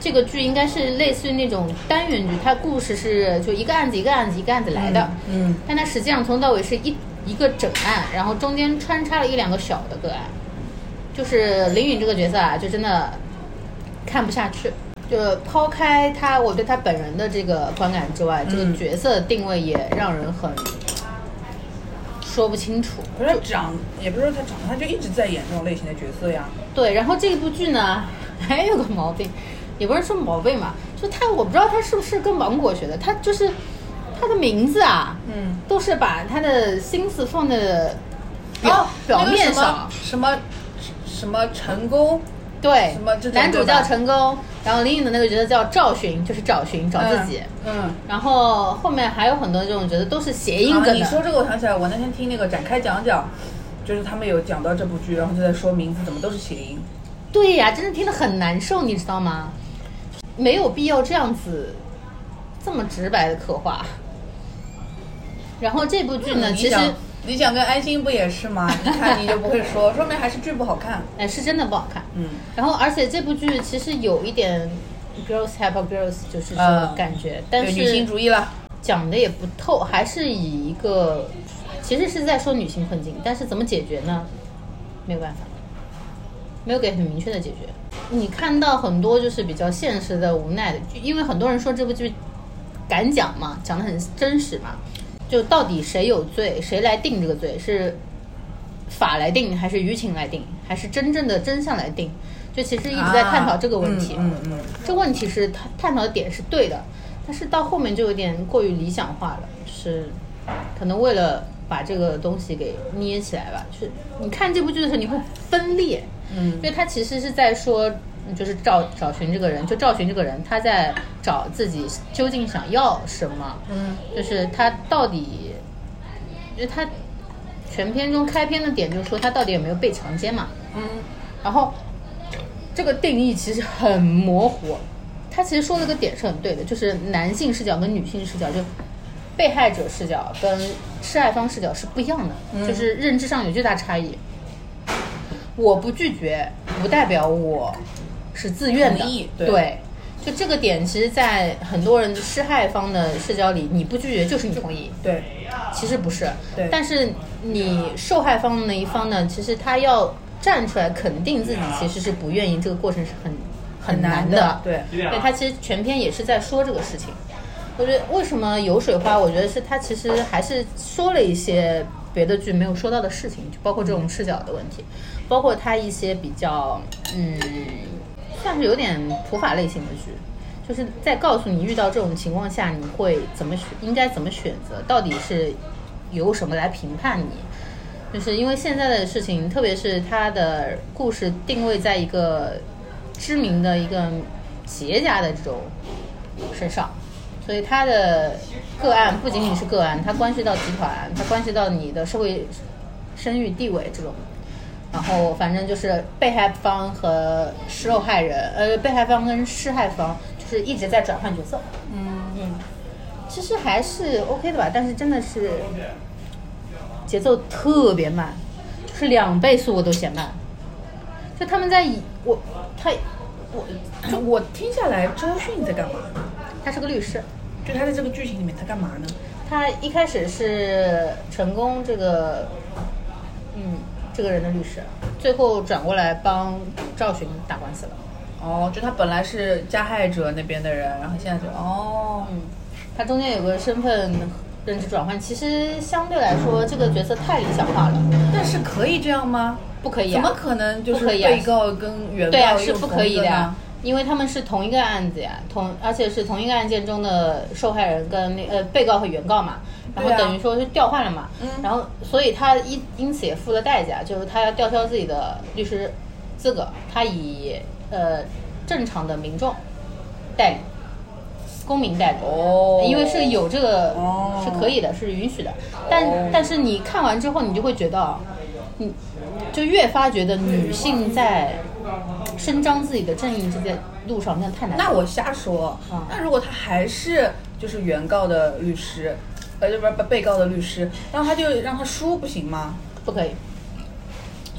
C: 这个剧应该是类似于那种单元剧，它故事是就一个案子一个案子一个案子来的，
D: 嗯
C: 但它实际上从头到尾是一一个整案，然后中间穿插了一两个小的个案。就是林允这个角色啊，就真的看不下去。就是抛开他我对他本人的这个观感之外，这个
D: 嗯
C: 角色定位也让人很说不清楚。
D: 可是她长也不是说她长，她就一直在演这种类型的角色呀。
C: 对，然后这部剧呢， [laughs] 还有个毛病，也不是说毛病嘛，就他我不知道他是不是跟芒果学的，他就是他的名字啊，
D: 嗯，
C: 都是把他的心思放的表、
D: 哦
C: 表面上，
D: 什么什么什么成功，
C: 对，
D: 什么这种
C: 男主
D: 对吧
C: 叫陈沟，然后林允的那个角色叫赵寻，就是找寻找自己。
D: 嗯，嗯
C: 然后后面还有很多这种角色都是谐音
D: 啊，
C: 梗
D: 你
C: 的，
D: 说这个我想起来，我那天听那个展开讲讲，就是他们有讲到这部剧，然后就在说名字怎么都是谐音。
C: 对呀、真的听得很难受，你知道吗？没有必要这样子这么直白的刻画。然后这部剧呢，
D: 你
C: 其实
D: 想嗯你想跟安心不也是
C: [laughs]
D: 吗？你看你就不会说，说明还是剧不好看。
C: 哎是真的不好看。
D: 嗯，
C: 然后而且这部剧其实有一点 girls have a girls 就是这个
D: 嗯
C: 感觉，但
D: 有
C: 是
D: 女性主义了。
C: 讲的也不透，还是以一个其实是在说女性困境，但是怎么解决呢？没有办法，没有给很明确的解决。你看到很多就是比较现实的无奈的，就因为很多人说这部剧敢讲嘛，讲的很真实嘛，就到底谁有罪，谁来定这个罪是法来定还是舆情来定，还是真正的真相来定？就其实一直在探讨这个问题。
D: 啊嗯嗯嗯
C: 这问题是探探讨的点是对的，但是到后面就有点过于理想化了，就是可能为了把这个东西给捏起来吧。就是你看这部剧的时候，你会分裂，
D: 嗯
C: 因为他其实是在说，就是赵找寻这个人，就赵寻这个人，他在找自己究竟想要什么，
D: 嗯，
C: 就是他到底，就是他全片中开篇的点就是说他到底有没有被强奸嘛，嗯，然后这个定义其实很模糊，他其实说了个点是很对的，就是男性视角跟女性视角就。被害者视角
D: 嗯
C: 跟施害方视角是不一样的，就是认知上有巨大差异。我不拒绝，不代表我是自愿
D: 同意
C: 的。
D: 对
C: 就这个点，其实，在很多人施害方的视角里，你不拒绝就是你同意，
D: 对，
C: 其实不是。
D: 对
C: 但是你受害方的那一方呢，其实他要站出来肯定自己其实是不愿意，这个过程是很很难
D: 很难的对
C: 对他其实全篇也是在说这个事情。我觉得为什么有水花？我觉得是他其实还是说了一些别的剧没有说到的事情，就包括这种视角的问题，包括他一些比较嗯，算是有点普法类型的剧，就是在告诉你遇到这种情况下你会怎么选，应该怎么选择，到底是由什么来评判你。就是因为现在的事情，特别是他的故事定位在一个知名的一个企业家的这种身上，所以他的个案不仅仅是个案，它关系到集团，它关系到你的社会声誉地位这种。然后反正就是被害方和受害人，呃，被害方跟施害方就是一直在转换角色。嗯嗯，其实还是 OK 的吧，但是真的是节奏特别慢，就是两倍速我都嫌慢。就他们在以我他
D: 我就哎我听下来，周迅在干嘛？
C: 他是个律师，
D: 就他在这个剧情里面，他干嘛呢？
C: 他一开始是成功这个，嗯，这个人的律师，最后转过来帮赵寻打官司了。
D: 哦，就他本来是加害者那边的人，然后现在就哦，
C: 嗯，他中间有个身份认知转换，其实相对来说这个角色太理想化了，
D: 但是可以这样吗？
C: 不可以、
D: 怎
C: 啊，
D: 么可能就是
C: 不可以啊
D: 被告跟原
C: 对啊，
D: 告
C: 是
D: 又
C: 不
D: 同
C: 可以
D: 一个
C: 的呀、
D: 呢？
C: 因为他们是同一个案子呀，同而且是同一个案件中的受害人跟那呃被告和原告嘛，然后
D: 对啊嗯
C: 等于说是调换了嘛，然后所以他因因此也付了代价，就是他要吊销自己的律师资格，他以呃正常的民众代理。公民代理，
D: 哦
C: 因为是有这个
D: 哦
C: 是可以的，是允许的。但但是你看完之后，你就会觉得，啊你就越发觉得女性在伸张自己的正义这件路上，那太难了。
D: 那我瞎说
C: 啊。
D: 那如果他还是就是原告的律师，呃，就不是不被告的律师，然后他就让他输不行吗？
C: 不可以。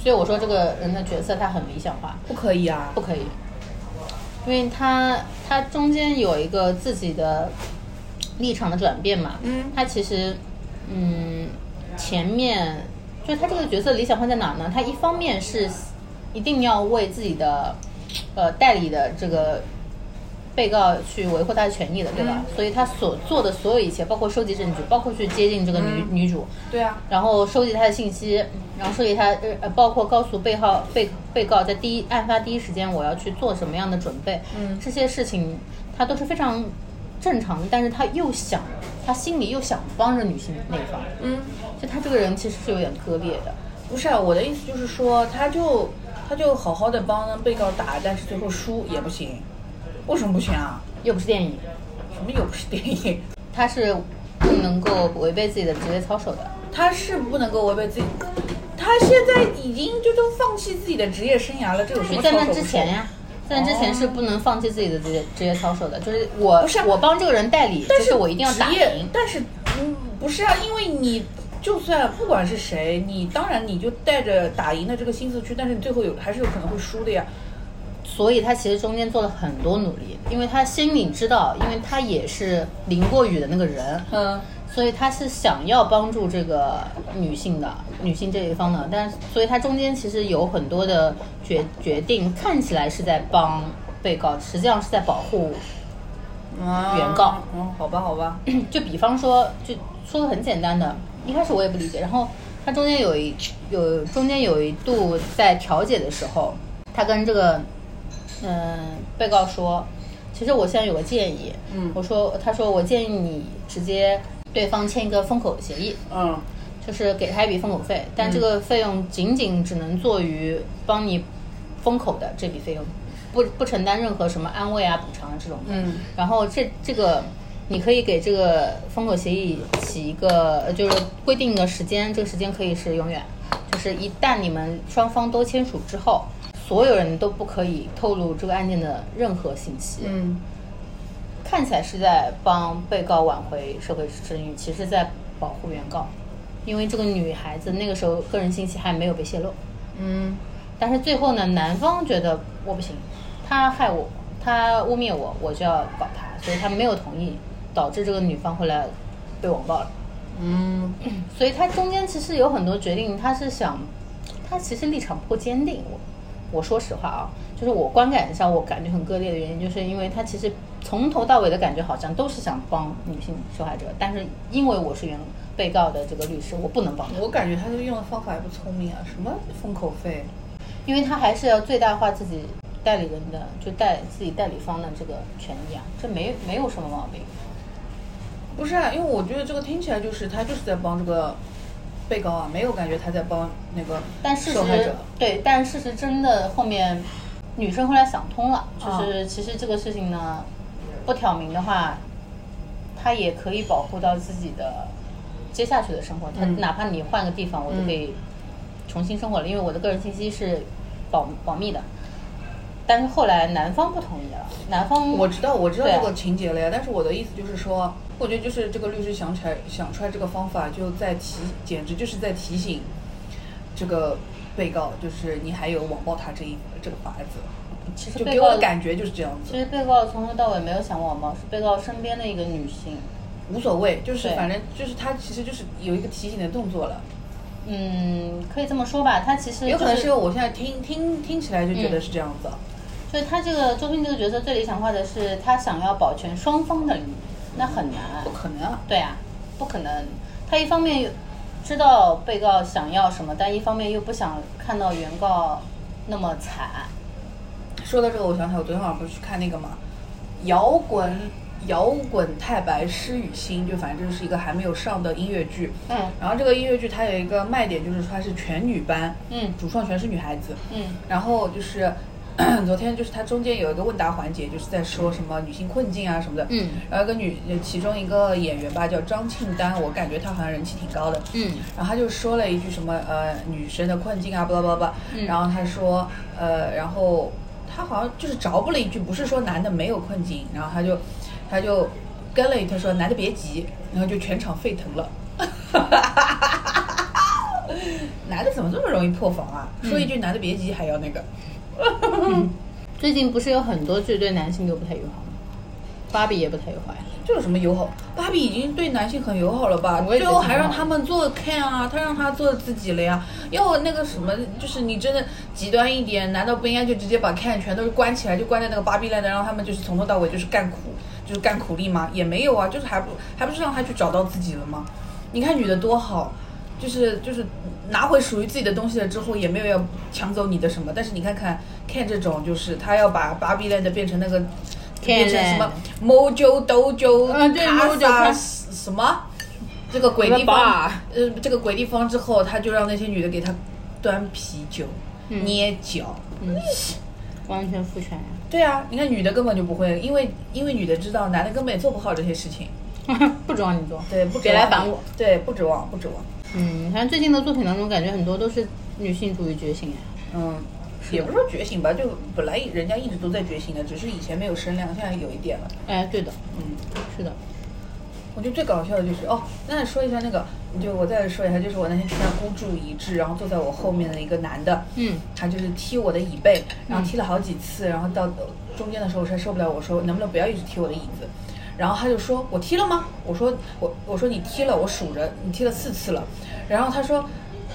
C: 所以我说这个人的角色他很理想化，
D: 不可以啊
C: 不。可以，因为他他中间有一个自己的立场的转变嘛。
D: 嗯
C: 他其实嗯前面就是他这个角色理想化在哪呢？他一方面是一定要为自己的呃代理的这个被告去维护他的权益的，对吧？所以他所做的所有一切，包括收集证据，包括去接近这个女、女主，
D: 对啊，
C: 然后收集他的信息，嗯然后收集他呃呃，包括告诉被告被被告在第一案发第一时间我要去做什么样的准备，嗯，这些事情他都是非常正常的，但是他又想他心里又想帮着女性那一方，
D: 嗯，
C: 就他这个人其实是有点割裂的，
D: 不是啊，我的意思就是说，他就他就好好的帮被告打，但是最后输也不行，为什么不行啊？
C: 又不是电影，
D: 什么又不是电影？
C: 他是不能够违背自己的职业操守的，
D: 他是不能够违背自己，他现在已经就都放弃自己的职业生涯了，这有什
C: 就
D: 么
C: 在
D: 操守
C: 那
D: 不
C: 之
D: 受
C: 前呀、在那之前是不能放弃自己的职业职业操守的，就是我
D: 不是啊
C: 我帮这个人代理，
D: 但
C: 就是我一定要打
D: 职业
C: 赢，
D: 但是，嗯，不是啊，因为你就算不管是谁，你当然你就带着打赢的这个心思去，但是你最后有还是有可能会输的呀。
C: 所以他其实中间做了很多努力，因为他心里知道，因为他也是淋过雨的那个人，
D: 嗯，
C: 所以他是想要帮助这个女性的，女性这一方的，但是所以他中间其实有很多的决决定，看起来是在帮被告，实际上是在保护。原告
D: 嗯，好吧，好
C: [laughs]
D: 吧，
C: [clears throat] 就比方说，就说的很简单的，一开始我也不理解，然后他中间有一有中间有一度在调解的时候，他跟这个嗯、被告说，其实我现在有个建议，
D: 嗯
C: 我说他说我建议你直接对方签一个封口协议，
D: 嗯，
C: 就是给他一笔封口费，但这个费用仅仅只能做于帮你封口的这笔费用，不不承担任何什么安慰啊、补偿啊这种。
D: 嗯，
C: 然后这这个你可以给这个封口协议起一个，呃就是规定一个时间，这个时间可以是永远，就是一旦你们双方都签署之后，所有人都不可以透露这个案件的任何信息。
D: 嗯，
C: 看起来是在帮被告挽回社会声誉，其实在保护原告，因为这个女孩子那个时候个人信息还没有被泄露。
D: 嗯，
C: 但是最后呢，男方觉得我不行，他害我，他污蔑我，我就要搞他，所以他没有同意，导致这个女方后来被网暴了。
D: 嗯，
C: 所以他中间其实有很多决定，他是想，他其实立场不够坚定。我我说实话啊，就是我观感上我感觉很割裂的原因，就是因为他其实从头到尾的感觉好像都是想帮女性受害者，但是因为我是原被告的这个律师，我不能帮他，
D: 我感觉他这个用的方法也不聪明啊，什么封口费？
C: 因为他还是要最大化自己代理人的，就代自己代理方的这个权益啊，这没没有什么毛病。
D: 不是啊，因为我觉得这个听起来就是他就是在帮这个被告啊，没有感觉他在帮那个
C: 但事
D: 受害
C: 实
D: 者。
C: 对，但事实真的后面，女生后来想通了，
D: 啊
C: 就是其实这个事情呢，不挑明的话，她也可以保护到自己的接下去的生活。她、
D: 嗯
C: 哪怕你换个地方，我都可以重新生活了，因为我的个人信息是保保密的。但是后来男方不同意了，男方
D: 我知道，我知道
C: 对啊
D: 这个情节了呀。但是我的意思就是说，我觉得就是这个律师想起来想出来这个方法，就在提，简直就是在提醒这个被告，就是你还有网暴他这一这个法子，
C: 其实
D: 就
C: 被
D: 给我
C: 告
D: 的感觉就是这样子
C: 其，实被告从头到尾没有想过网暴，是被告身边的一个女性。
D: 无所谓，就是
C: 对
D: 反正就是他其实就是有一个提醒的动作了。
C: 嗯，可以这么说吧，她其实、就嗯
D: 有可能是因为我现在听听听起来就觉得是这样子啊，
C: 所以他这个周迅这个角色最理想化的是，他想要保全双方的利益，那很难。
D: 不可能啊。
C: 对啊，不可能。他一方面又知道被告想要什么，但一方面又不想看到原告那么惨。
D: 说到这个，我想起来，我昨天晚上不是去看那个嘛，摇滚摇滚太白诗与心，就反正就是一个还没有上的音乐剧。
C: 嗯
D: 然后这个音乐剧它有一个卖点，就是它是全女班，
C: 嗯
D: 主创全是女孩子。
C: 嗯
D: 然后就是 [clears throat] 昨天就是它中间有一个问答环节，就是在说什么女性困境啊什么的。
C: 嗯
D: 然后一个女，其中一个演员吧叫张庆丹，我感觉她好像人气挺高的。
C: 嗯
D: 然后他就说了一句什么呃女生的困境啊，巴拉巴拉巴拉
C: 嗯
D: 然后他说呃，然后他好像就是着补了一句，不是说男的没有困境，然后他就他就跟了一句他说男的别急，然后就全场沸腾了。 [laughs] 男的怎么这么容易破防啊？说一句男的别急还要那个，
C: 最近不是有很多剧对男性都不太友好吗？芭比也不太友好呀。
D: 这有什么友好？芭比已经对男性很友好了吧？
C: 我
D: 最
C: 也觉得
D: 后还
C: 挺好
D: 让他们做 can 啊，他让他做自己了呀。要那个什么，就是你真的极端一点，难道不应该就直接把 can 全都是关起来，就关在那个芭比 land，让他们就是从头到尾就是干苦，就是干苦力吗？也没有啊，就是还不还不是让他去找到自己了吗？你看女的多好。就是就是拿回属于自己的东西了之后，也没有要抢走你的什么。但是你看看 Ken 这种，就是他要把芭比 land 变成那个
C: Ken
D: 变成什么 Mojo Dojo
C: 嗯对
D: 卡
C: Mojo Casa
D: 萨什什么这个鬼
C: 什么
D: 地方
C: bar，
D: 呃，这个鬼地方之后，他就让那些女的给他端啤酒、捏脚。
C: 嗯完全父权呀。
D: 对啊，你看女的根本就不会，因为因为女的知道男的根本也做不好这些事情。
C: [laughs] 不指望你做，
D: 对，不指
C: 别
D: 望
C: 来烦我。。
D: 对，不指望，不指望。
C: 嗯，反正最近的作品当中，感觉很多都是女性主义觉醒呀。
D: 嗯，也不是说觉醒吧，就本来人家一直都在觉醒的，只是以前没有声量，现在有一点了。
C: 哎，对的，
D: 嗯。
C: 是的。
D: 我觉得最搞笑的就是哦，那说一下那个，就我再说一下，就是我那天去看孤注一掷，然后坐在我后面的一个男的，
C: 嗯，
D: 他就是踢我的椅背，然后踢了好几次，然后到中间的时候我实在受不了，我说能不能不要一直踢我的椅子，然后他就说我踢了吗？我说我我说你踢了，我数着你踢了四次了，然后他说。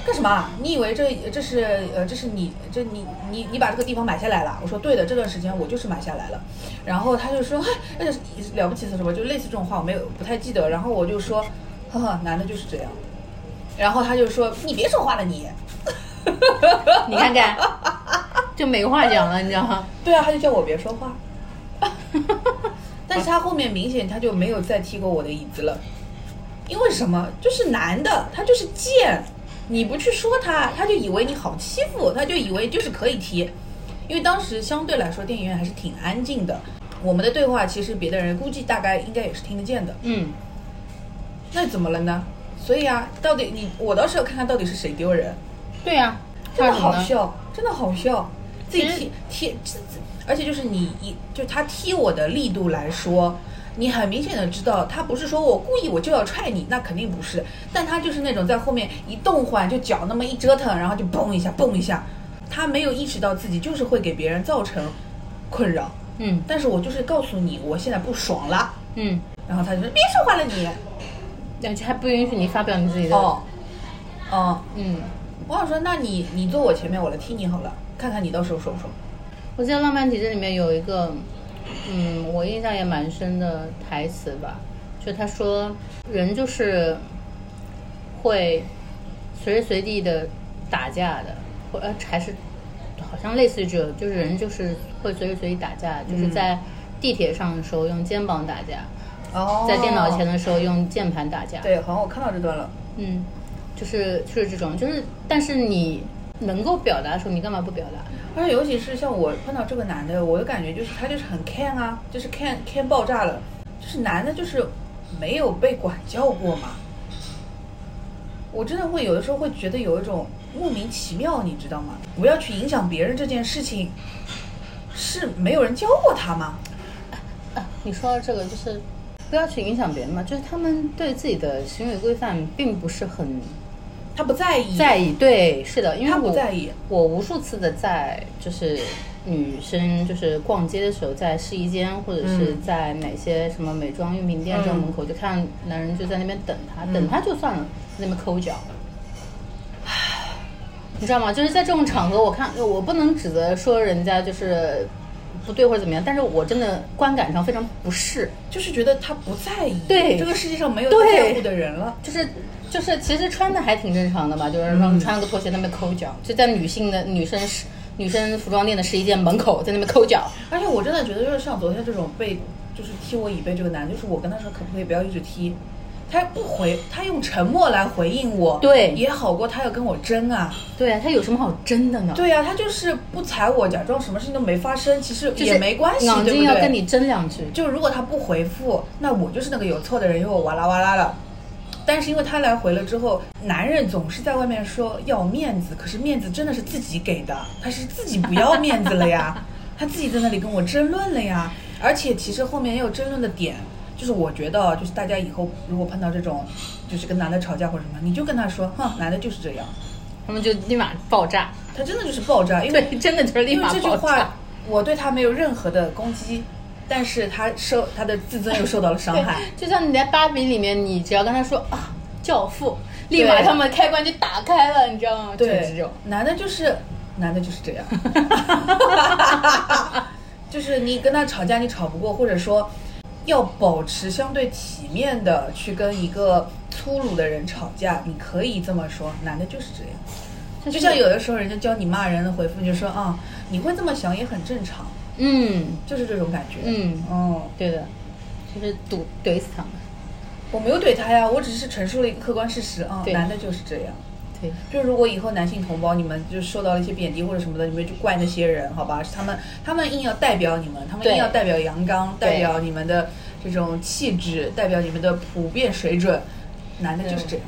D: 干什么啊？你以为这这是呃这是你这你你你把这个地方买下来了？我说对的，这段时间我就是买下来了。然后他就说，哎，那个了不起是什么？就类似这种话，我没有不太记得。然后我就说，呵呵，男的就是这样。然后他就说，你别说话了你。 [laughs]
C: 你看看， [laughs] 就没话讲了，你知道吗？
D: 对啊，他就叫我别说话。但是他后面明显他就没有再踢过我的椅子了，因为什么？就是男的，他就是贱，你不去说他，他就以为你好欺负，他就以为就是可以踢。因为当时相对来说电影院还是挺安静的，我们的对话其实别的人估计大概应该也是听得见的。
C: 嗯，
D: 那怎么了呢？所以啊，到底你我倒是要看看到底是谁丢人，
C: 对呀、
D: 真的
C: 怕什么
D: 好
C: 呢。
D: 笑，真的好笑，自己
C: 其实
D: 踢踢，自自而且就是你一就他踢我的力度来说，你很明显的知道他不是说我故意我就要踹你，那肯定不是，但他就是那种在后面一动换就脚那么一折腾，然后就嘣一下嘣一下，他没有意识到自己就是会给别人造成困扰，
C: 嗯
D: 但是我就是告诉你，我现在不爽了，
C: 嗯，
D: 然后他就说别说话了你，
C: 而且还不允许你发表你自己的，
D: 哦，哦，
C: 嗯。
D: 我想说，那你你坐我前面，我来踢你好了，看看你到时候爽不爽。
C: 我记得《浪漫体质》里面有一个，嗯，我印象也蛮深的台词吧，就他说，人就是会随时随地的打架的，或呃还是好像类似于这种，就是人就是会随时随地打架，就是
D: 嗯
C: 在地铁上的时候用肩膀打架，
D: 哦
C: 在电脑前的时候用键盘打架，
D: 对，好像我看到这段了。
C: 嗯，就是就是这种，就是但是你能够表达的时候，你干嘛不表达？
D: 而且尤其是像我碰到这个男的，我的感觉就是他就是很 can 啊，就是 can can 爆炸了，就是男的就是没有被管教过嘛。我真的会有的时候会觉得有一种莫名其妙，你知道吗？不要去影响别人这件事情，是没有人教过他吗？
C: 啊，你说到这个，就是不要去影响别人嘛，就是他们对自己的行为规范并不是很
D: 他不在意，
C: 在意。对，是的，因为
D: 他不
C: 我
D: 在意
C: 我无数次的在就是女生就是逛街的时候，在试衣间或者是
D: 嗯
C: 在哪些什么美妆用品店这种门口，就看男人就在那边等她，
D: 嗯
C: 等她就算了，在那边抠脚。 [sighs] 你知道吗？就是在这种场合，我看我不能指责说人家就是不对或者怎么样，但是我真的观感上非常不适。
D: 就是觉得他不在意，
C: 对
D: 这个世界上没有
C: 对
D: 在乎的人了。
C: 就是就是，其实穿的还挺正常的吧，就是说穿个拖鞋在那边抠脚，就在女性的女生试女生服装店的试衣间门口在那边抠脚。
D: 而且我真的觉得，就是像昨天这种被就是踢我椅背这个男，就是我跟他说可不可以不要一直踢，他不回，他用沉默来回应我，
C: 对
D: 也好过他要跟我争啊。
C: 对啊，他有什么好争的呢？
D: 对啊呀、他就是不踩我，假装什么事情都没发生，其实
C: 就是
D: 也没关系，
C: 冷
D: 对
C: 静
D: 不
C: 要
D: 对？
C: 跟你争两句。
D: 就如果他不回复，那我就是那个有错的人，因为我哇啦哇啦了。但是因为他来回了之后，男人总是在外面说要面子，可是面子真的是自己给的，他是自己不要面子了呀，他自己在那里跟我争论了呀。而且其实后面也有争论的点，就是我觉得就是大家以后如果碰到这种，就是跟男的吵架或者什么，你就跟他说，哼，男的就是这样，
C: 他们就立马爆炸。
D: 他真的就是爆炸，因为
C: 对，真的就是立
D: 因为
C: 马
D: 这句
C: 爆炸
D: 话。，我对他没有任何的攻击，但是他受他的自尊又受到了伤
C: 对
D: 害。，
C: 就像你在芭比里面，你只要跟他说啊教父，立马他们的开关就打开了，你知道吗？就是这种。
D: 男的就是男的就是这
C: [laughs]
D: 样，就是你跟他吵架你吵不过，或者说要保持相对体面的去跟一个粗鲁的人吵架，你可以这么说，男的就是这样。
C: 就是
D: 就像有的时候人家教你骂人的回复，你就说啊、你会这么想也很正常，
C: 嗯
D: 就是这种感觉。
C: 嗯，
D: 哦，
C: 对的，就是堵怼死他们。
D: 我没有怼他呀，我只是陈述了一个客观事实啊、
C: 对
D: 男的就是这样。
C: 对。
D: 就如果以后男性同胞你们就受到了一些贬低或者什么的，你们就怪那些人，好吧？是他们他们硬要代表你们，他们
C: 对
D: 硬要代表阳刚，
C: 对
D: 代表你们的这种气质，代表你们的普遍水准。男的就是这样，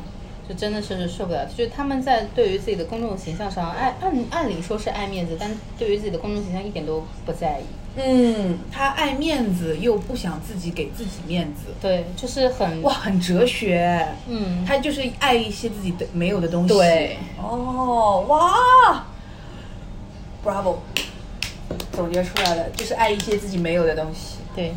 C: 就真的是受不了。就是他们在对于自己的公众形象上，按按按理说是爱面子，但对于自己的公众形象一点都不在意。
D: 嗯，他爱面子又不想自己给自己面子，
C: 对，就是很
D: 哇，，很哲学。
C: 嗯，
D: 他就是爱一些自己的没有的东西。
C: 对，
D: 哦，哇，bravo，总结出来了，就是爱一些自己没有的东西。
C: 对，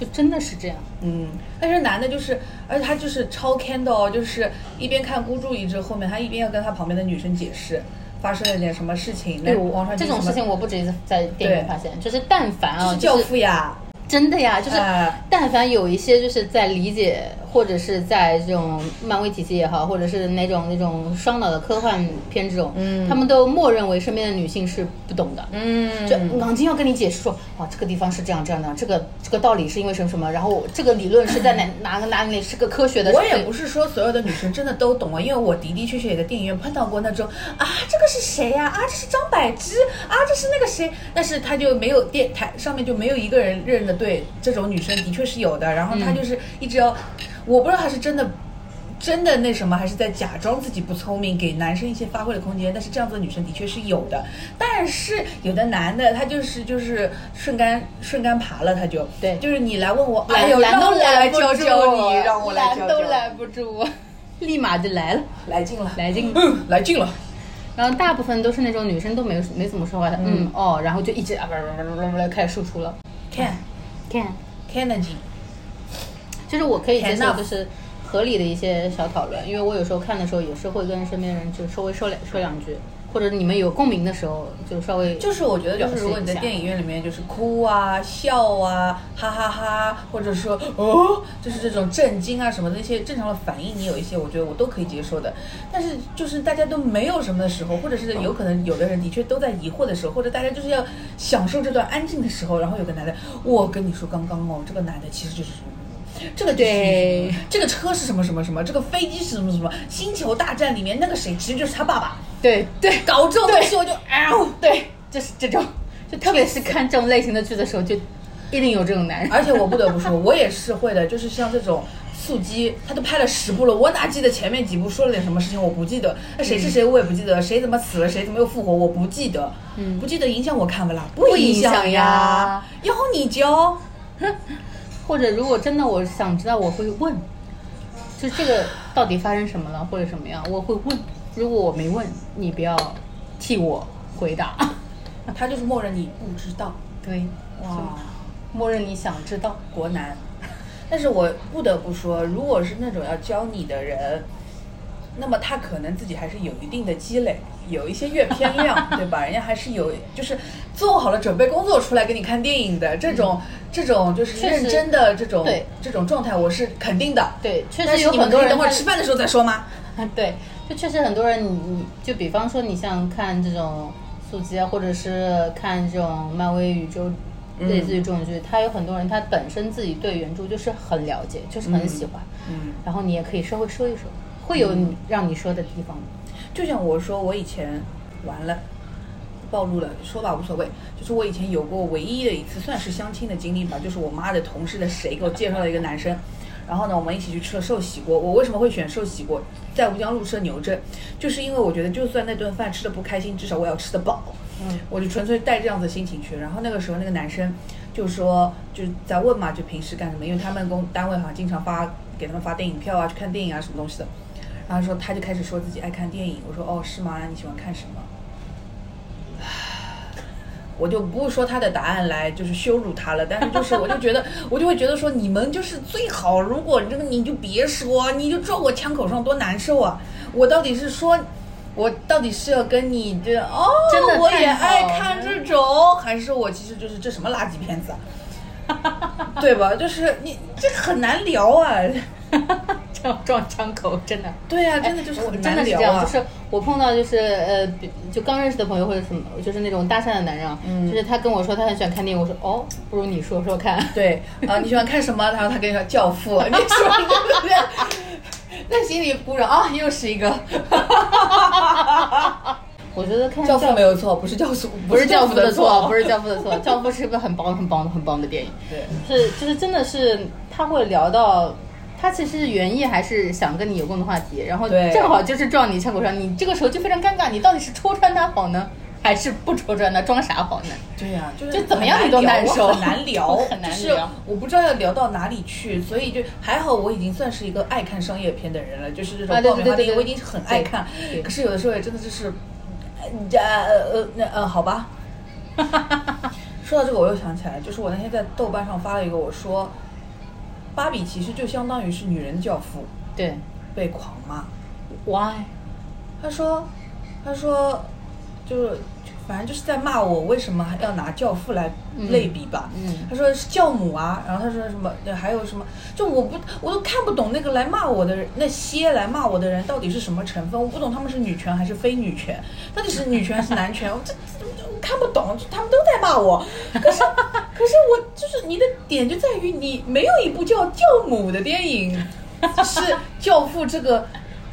C: 就真的是这样。
D: 嗯，但是男的就是，而且他就是超 candle，就是一边看孤注一掷，后面他一边要跟他旁边的女生解释发生了点什么事情。那王传
C: 这
D: 君
C: 种
D: 什么
C: 事情我不止一次在电影院
D: 对
C: 发现，就是但凡
D: 就
C: 啊，
D: 是教
C: 就是
D: 父呀，
C: 真的呀，就是
D: 哎
C: 但凡有一些就是在理解或者是在这种漫威体系也好，或者是那种那种双脑的科幻片这种，嗯，他们都默认为身边的女性是不懂的，嗯，就朗金要跟你解释说，啊，这个地方是这样这样的，这个这个道理是因为什么什么，然后这个理论是
D: [laughs]
C: 在哪哪个哪里是个科学的，
D: 我也不
C: 是
D: 是说所有的女生真的都懂啊，因为我的的确确也在电影院碰到过那种啊，这个是谁呀、啊？这是张柏芝啊，这是那个谁？但是她就没有电台上面就没有一个人认得对，这种女生的确是有的。然
C: 嗯
D: 后她就是一直要，我不知道她是真的。真的那什么，还是在假装自己不聪明，给男生一些发挥的空间。但是这样子的女生的确是有的，但是有的男的他就是就是顺杆顺杆爬了，他就
C: 对
D: 就是你来问我，
C: 拦
D: 哎呦，
C: 拦
D: 让
C: 都
D: 我来
C: 拦不
D: 教
C: 住，
D: 教你，让我来
C: 拦
D: 教教
C: 都
D: 你
C: [laughs] 拦不住，立马就来了，
D: 来劲了，
C: 来劲。
D: 嗯，来劲了。
C: 然后大部分都是那种女生都没有没怎么说话的，嗯哦，然后就一直啊不不不不不开始输出了。
D: Can
C: Can，
D: Kennedy，
C: 就是我可以接
D: Can
C: 受
D: not
C: 就是合理的一些小讨论，因为我有时候看的时候也是会跟身边人就稍微说两说两句，或者你们有共鸣的时候就稍微
D: 就是我觉得就是如果你在
C: 表示一下
D: 电影院里面就是哭啊、笑啊、哈哈哈或者说 [laughs] 哦，就是这种震惊啊什么的那些正常的反应，你有一些我觉得我都可以接受的。但是就是大家都没有什么的时候，或者
C: 嗯
D: 是有可能有的人的确都在疑惑的时候，或者大家就是要享受这段安静的时候，然后有个男的，我跟你说刚刚哦，这个男的其实就是。这个就是
C: 对
D: 这个车是什么什么什么，这个飞机是什么什么，星球大战里面那个谁其实就是他爸爸，
C: 对对
D: 搞这种东西我就啊，
C: 哎对，就是这种，就特别是看这种类型的剧的时候，就一定有这种男人。
D: 而且我不得不说，我也是会的，就是像这种速激，他都拍了十部了，我哪记得前面几部说了点什么事情？我不记得，那谁是谁我也不记得，谁怎么死了，谁怎么又复活，我不记得，嗯，不记得影响我看不啦？不
C: 影响
D: 响
C: 呀，
D: 要你教。
C: 或者如果真的我想知道，我会问，就这个到底发生什么了，或者什么样，我会问。如果我没问，你不要替我回答。
D: 他就是默认你不知道，
C: 对，
D: 哇，
C: 默认你想知道。
D: 国难。 [laughs] 但是我不得不说，如果是那种要教你的人，那么他可能自己还是有一定的积累，有一些阅片
C: [laughs]
D: 量，对吧？人家还是有，就是做好了准备工作出来给你看电影的这种，这种就是
C: 嗯确实
D: 认真的这种
C: 对
D: 这种状态，我是肯定的。
C: 对，确
D: 但
C: 实
D: 是
C: 有
D: 你们
C: 很
D: 可
C: 多
D: 以
C: 人
D: 等会儿
C: 他
D: 吃饭的时候再说吗？
C: 啊， [laughs] 对，就确实很多人你，你就比方说你像看这种速激啊，或者是看这种漫威宇宙，
D: 嗯
C: 类似于这种剧，他有很多人他本身自己对原著就是很了解，就是很喜欢，
D: 嗯，
C: 然后你也可以稍微说一说，会有你让你说的地方的。
D: 就像我说，我以前完了，暴露了，说吧无所谓。就是我以前有过唯一的一次算是相亲的经历吧，就是我妈的同事的谁给我介绍了一个男生，然后呢，我们一起去吃了寿喜锅。我为什么会选寿喜锅？在吴江路吃的牛镇，就是因为我觉得就算那顿饭吃的不开心，至少我要吃得饱。
C: 嗯，
D: 我就纯粹带这样子心情去。然后那个时候那个男生就说，就在问嘛，就平时干什么？因为他们工单位好像经常发给他们发电影票啊，去看电影啊什么东西的。然后说他就开始说自己爱看电影，我说哦是吗？那你喜欢看什么？我就不会说他的答案来就是羞辱他了，但是就是 [laughs] 我就觉得我就会觉得说你们就是最好，如果这个你就别说，你就撞我枪口上多难受啊！我到底是说，我到底是要跟你这哦，
C: 真的
D: 我也
C: 探讨
D: 爱看这种，还是我其实就是这什么垃圾片子啊？ [laughs] 对吧？就是你这很难聊啊，
C: [laughs] 撞撞枪口，真的，
D: 对啊，真的就是
C: 我
D: 很
C: 真的
D: 难
C: 是这
D: 聊
C: 样，
D: 啊
C: 就。是我碰到就是呃，比就刚认识的朋友或者什么，就是那种搭讪的男人啊，
D: 嗯
C: 就是他跟我说他很喜欢看电影，我说哦，不如你说说看。
D: 对啊、你喜欢看什么？然后他跟你说《教父》，你说你对不对？在心里鼓掌啊，又是一个
C: 我觉得看
D: 教父没有错，不是教父，
C: 不是教父的错，不
D: 是
C: 是教父的错，教父是个很棒、很棒、很棒的电影。
D: 对，
C: 是就是真的是他会聊到，他其实原意还是想跟你有共同话题，然后
D: 对
C: 正好就是撞你枪口上，你这个时候就非常尴尬，你到底是戳穿他好呢，还是不戳穿他，装傻好呢？
D: 对呀、就是
C: 就怎么样你都
D: 很
C: 难
D: 聊
C: 受
D: 很难
C: [laughs]
D: 聊，
C: 很难
D: 就是
C: 聊
D: 我不知道要聊到哪里去，所以就还好，我已经算是一个爱看商业片的人了，就是这种
C: 啊对
D: 爆米花
C: 对对
D: 电影，
C: 对
D: 我已经很爱看
C: 对，
D: 可是有的时候也真的就是，呃呃呃那呃好吧， [laughs] 说到这个，我又想起来，就是我那天在豆瓣上发了一个，我说，芭比其实就相当于是女人教父，
C: 对
D: 被狂骂。
C: ，why？
D: 他说，他说，就是反正就是在骂我为什么要拿教父来类比吧。
C: 嗯
D: 他说是教母啊，然后他说什么，呃还有什么，就我不我都看不懂那个来骂我的人，那些来骂我的人到底是什么成分，我不懂他们是女权还是非女权，到底是女权还是男权，我这这这我看不懂，就他们都在骂我。可是可是我就是你的点就在于你没有一部叫教母的电影是教父这
C: [laughs]
D: 个。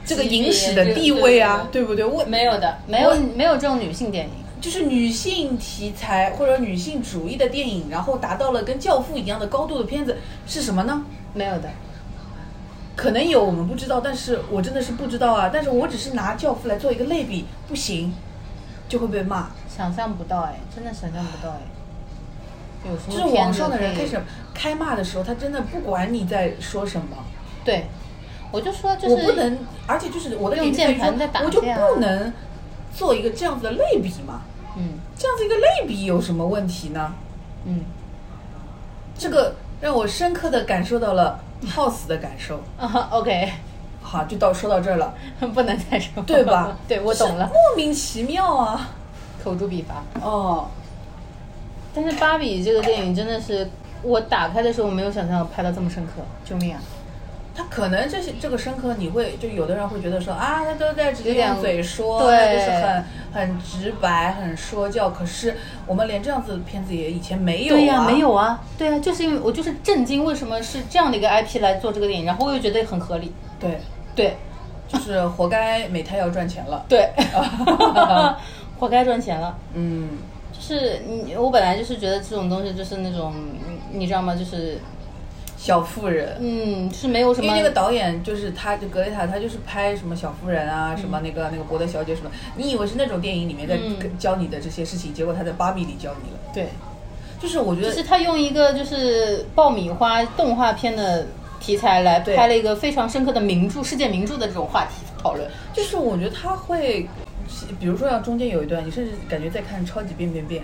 D: 这个影史的地位啊，对不对？我
C: 没有的，没有没有这种女性电影。
D: 就是女性题材或者女性主义的电影，然后达到了跟《教父》一样的高度的片子是什么呢？
C: 没有的，
D: 可能有我们不知道，但是我真的是不知道啊。但是我只是拿《教父》来做一个类比，不行，就会被骂。
C: 想象不到哎，真的想象不到哎。有什么
D: 就是网
C: 片子
D: 上的人
C: 可以
D: 开始开骂的时候，他真的不管你在说什么，
C: 对，我就说就是
D: 我不能，而且就是我的
C: 用
D: 点在于
C: 键盘在打啊
D: 说，我就
C: 架
D: 不能做一个这样子的类比嘛。
C: 嗯
D: 这样子一个类比有什么问题呢？
C: 嗯 [laughs]
D: 这个让我深刻的感受到了 house 的感受。
C: 啊，OK，
D: 好，就到说到这儿
C: [laughs]
D: 了，
C: 不能再说了，？
D: 对吧
C: 对，我懂
D: 就
C: 了
D: 是，莫名其妙啊。
C: 口诛笔伐。
D: 哦，
C: 但是《芭比》这个电影真的是，我打开的时候没有想象拍的这么深刻，救命啊！
D: 他可能这些这个深刻，你会就有的人会觉得说啊，他都在直接
C: 有点
D: 用嘴说，
C: 对
D: 他就是很很直白，很说教。可是我们连这样子的片子也以前没有、啊，
C: 对呀、没有啊，对呀、就是因为我就是震惊，为什么是这样的一个 IP 来做这个电影，然后我又觉得很合理，
D: 对，
C: 对
D: 就是活该美泰要赚钱了。
C: [laughs] 对，活该赚钱了。
D: 嗯，
C: 就是你，我本来就是觉得这种东西就是那种，嗯你知道吗？就是
D: 小妇人，
C: 嗯，是没有什
D: 因
C: 么
D: 为那个导演就是他，就格雷塔，他就是拍什么小妇人啊，什么那个那个伯德小姐什么，你以为是那种电影里面在
C: 嗯
D: 教你的这些事情，结果他在芭比里教你了。
C: 对，
D: 就是我觉
C: 就
D: 得
C: 是他用一个就是爆米花动画片的题材来
D: 对
C: 拍了一个非常深刻的名著、世界名著的这种话题讨论。
D: 就是我觉得他会，比如说像中间有一段，你甚至感觉在看《超级变变变》，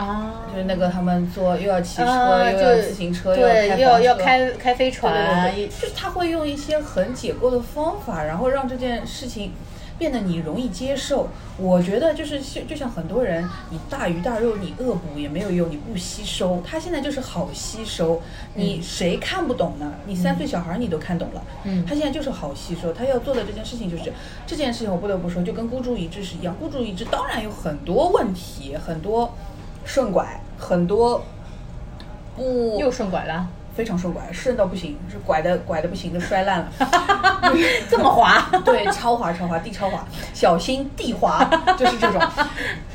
C: 啊
D: 就是那个他们坐又要骑车、
C: 啊，
D: 又
C: 就
D: 要自行车，
C: 呃对，
D: 又要
C: 要要
D: 房车。
C: 开开
D: 对
C: 飞船啊，
D: 对对，就是他会用一些很解构的方法，然后让这件事情变得你容易接受。我觉得就是像就像很多人，你大鱼大肉你恶补也没有用，你不吸收。他现在就是好吸收，你谁看不懂呢？你三岁小孩你都看懂了，
C: 嗯
D: 他现在就是好吸收。他要做的这件事情就是这件事情，我不得不说，就跟孤注一掷是一样。孤注一掷当然有很多问题，很多顺拐，很多。不
C: 又顺拐
D: [laughs]
C: 了，
D: 非常受拐，顺到不行，是拐的拐的不行，都摔烂了。
C: [laughs] 这么滑。
D: 对，超滑超滑，地超滑，小心地
C: [laughs]
D: 滑，就是这种，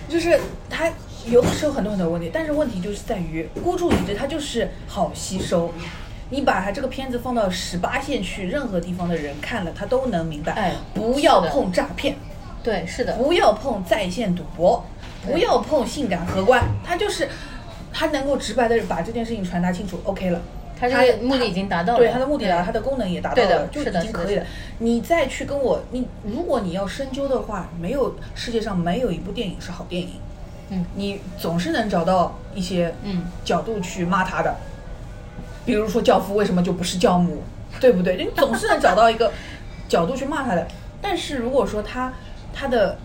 D: 就是它有的时候很多很多问题，但是问题就是在于孤注一掷，它就是好吸收。你把它这个片子放到十八线去，任何地方的人看了，他都能明白。
C: 哎
D: 不要
C: 是的
D: 碰诈骗，
C: [laughs] 对，是的，
D: 不要碰在线赌博，不要碰性感荷官，他就是他能够直白的把这件事情传达清楚，OK 了。
C: 他这个目的已经达到了，
D: 对它的目的达到，
C: 对
D: 它的功能也达到
C: 对的
D: 了，就是已
C: 的
D: 经
C: 是的
D: 可以
C: 是
D: 了
C: 的。
D: 你再去跟我，你如果你要深究的话，没有世界上没有一部电影是好电影，
C: 嗯，
D: 你总是能找到一些
C: 嗯
D: 角度去骂它的，比如说教父为什么就不是教母，对不对？你总是能找到一个 [laughs] 角度去骂它的。但是如果说它它的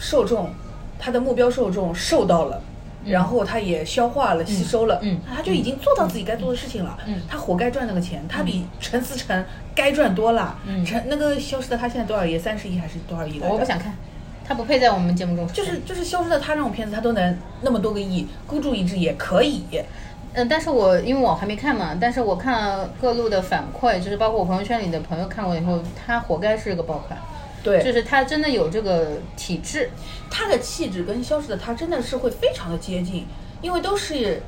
D: 受众，它的目标受众受到了。然后它也消化了、吸收了，
C: 嗯
D: 它就已经做到自己该做的事情了，
C: 嗯
D: 他活该赚那个钱，他比陈思诚该赚多了。
C: 嗯
D: 陈那个消失的他现在多少亿？三十亿还是多少亿来着？
C: 我不想。看，他不配在我们节目中出
D: 就
C: 现。
D: 是就是消失的他那种片子，他都能那么多个亿，孤注一掷也可以。
C: 嗯，但是我因为我还没看嘛，但是我看了各路的反馈，就是包括我朋友圈里的朋友看过以后，他活该是个爆款，
D: 对，
C: 就是他真的有这个体质，
D: 他的气质跟消失的他真的是会非常的接近，因为都是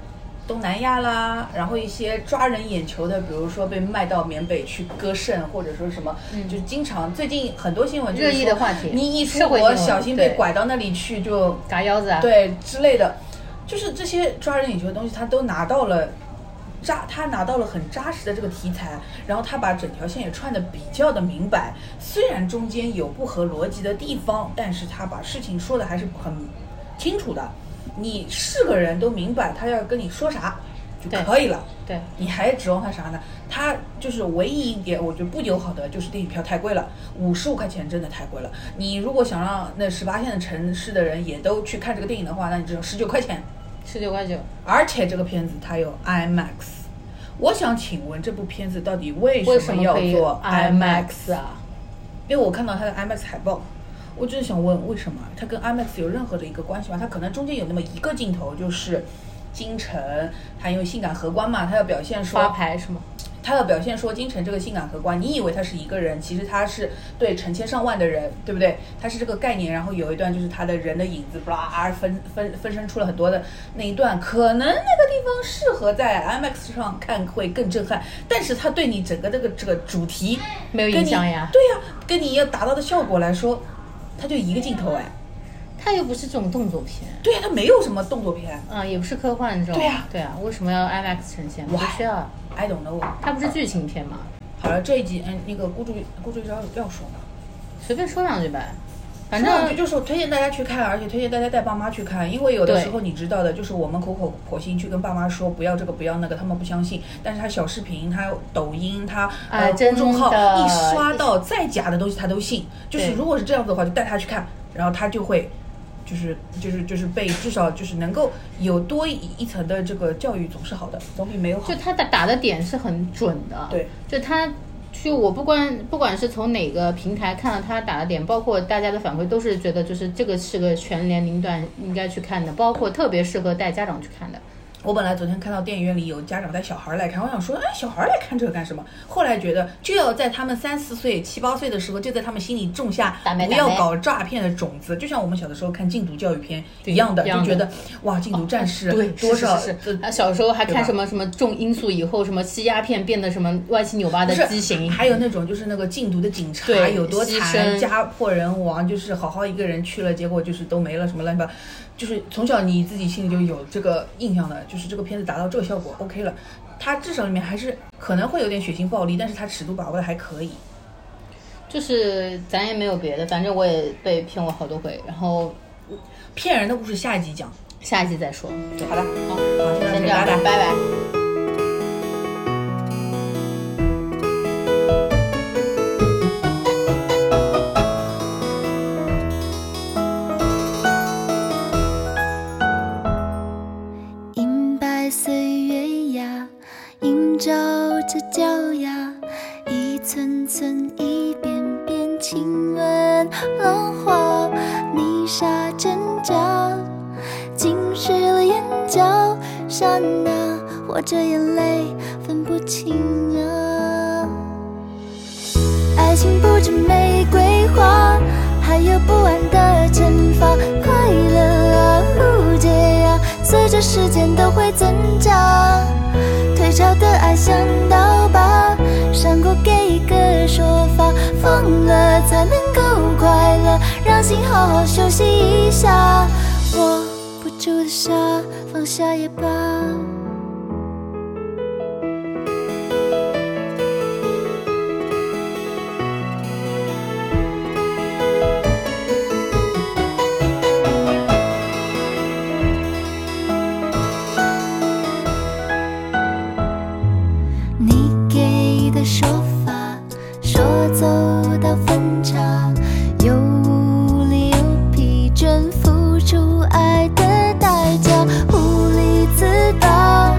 D: 东南亚啦，然后一些抓人眼球的，比如说被卖到缅北去割肾，或者说什么，就经常最近很多新闻就是
C: 嗯热议的
D: 说
C: 话题
D: 你一出
C: 社会新
D: 国
C: 闻
D: 小心被
C: 对
D: 拐到那里去就
C: 嘎腰子啊，，
D: 对之类的，就是这些抓人眼球的东西，他都拿到了扎，他拿到了很扎实的这个题材，然后他把整条线也串的比较的明白，虽然中间有不合逻辑的地方，但是他把事情说的还是很清楚的，你是个人都明白他要跟你说啥就
C: 对
D: 可以了。
C: 对，
D: 你还指望他啥呢？他就是唯一一点，我觉得不友好的就是电影票太贵了，五十五块钱真的太贵了。你如果想让那十八线的城市的人也都去看这个电影的话，那你只有十九块钱。
C: 十九块九，
D: 而且这个片子它有 IMAX，我想请问这部片子到底为
C: 为
D: 什
C: 什
D: 么
C: 么
D: 要
C: 可以
D: 做
C: IMAX 啊？
D: 因为我看到它的 IMAX 海报，我就是想问为什么它跟 IMAX 有任何的一个关系吗？它可能中间有那么一个镜头就是京城，它因为性感荷官嘛，它要表现说
C: 发牌是吗？
D: 他要表现说金城这个性感荷官，你以为他是一个人，其实他是对成千上万的人，对不对？他是这个概念。然后有一段就是他的人的影子，啦分分分身出了很多的那一段，可能那个地方适合在 IMAX 上看会更震撼，但是他对你整个这个这个主题
C: 没有影响
D: 跟
C: 呀
D: 你对呀、跟你要达到的效果来说，他就一个镜头哎，
C: 他又不是这种动作片，
D: 对呀、他没有什么动作片
C: 啊，也不是科幻这种，
D: 对啊
C: 对啊，为什么要 IMAX 呈现？
D: Why？
C: 不需要，
D: ，I don't know。
C: 它不是剧情片嘛，
D: 好了，这一集嗯，那个孤注孤注一掷要要说吗？
C: 随便说两句呗。反
D: 说两句
C: 正
D: 就是我推荐大家去看，而且推荐大家带爸妈去看，因为有的
C: 对
D: 时候你知道的，就是我们苦口婆心去跟爸妈说不要这个不要那个，他们不相信。但是他小视频、他抖音、他
C: 哎
D: 呃
C: 真
D: 公众号
C: 的
D: 一刷到再假的东西他都信。就是
C: 对
D: 如果是这样子的话，就带他去看，然后他就会。就是就是就是被至少就是能够有多一一层的这个教育总是好的，总比没有好
C: 就。他打打的点是很准的，
D: 对，
C: 就他。就我不管不管是从哪个平台看到他打的点，包括大家的反馈，都是觉得就是这个是个全年龄段应该去看的，包括特别适合带家长去看的。
D: 我本来昨天看到电影院里有家长带小孩儿来看，我想说，哎，小孩儿来看这个干什么？后来觉得就要在他们三四岁、七八岁的时候，就在他们心里种下
C: 打麦
D: 不
C: 打
D: 要
C: 麦
D: 搞诈骗的种子，就像我们小的时候看禁毒教育片一样的，
C: 一样的
D: 就觉得哇，禁毒战士
C: 对，
D: 多少
C: 是是是
D: 呃
C: 啊，小时候还
D: 对
C: 看
D: 吧
C: 什么什么重因素以后，什么吸鸦片变得什么歪七扭八的
D: 不是
C: 畸形，
D: 还有那种就是那个禁毒的警察
C: 对
D: 有多
C: 牺
D: 惨，
C: 牲
D: 家破人亡，就是好好一个人去了，结果就是都没了什么乱七八，糟，就是从小你自己心里就有这个印象的，就是这个片子达到这个效果 OK 了，它至少里面还是可能会有点血腥暴力，但是它尺度把握的还可以。
C: 就是咱也没有别的，反正我也被骗过好多回，然后
D: 骗人的故事下一集讲，
C: 下一期再说，
D: 好了，
C: 好，
D: 好，现在
C: 先
D: 给
C: 这
D: 大
C: 样
D: 家。
C: 吧，拜拜。
E: 银白岁月呀，映照着脚丫，一寸寸一遍遍亲吻浪花，泥沙挣扎，浸湿了眼角，刹那或者眼泪分不清啊。爱情不止玫瑰花，还有不安的惩罚，快乐啊，误解啊，随着时间都会增长。退潮的爱像刀疤，伤过给一个说法，放了才能够快乐，让心好好休息一下。握不住的沙，放下也罢。你给的说法，说走到分岔，又无力又疲倦，付出爱的代价，无力自拔，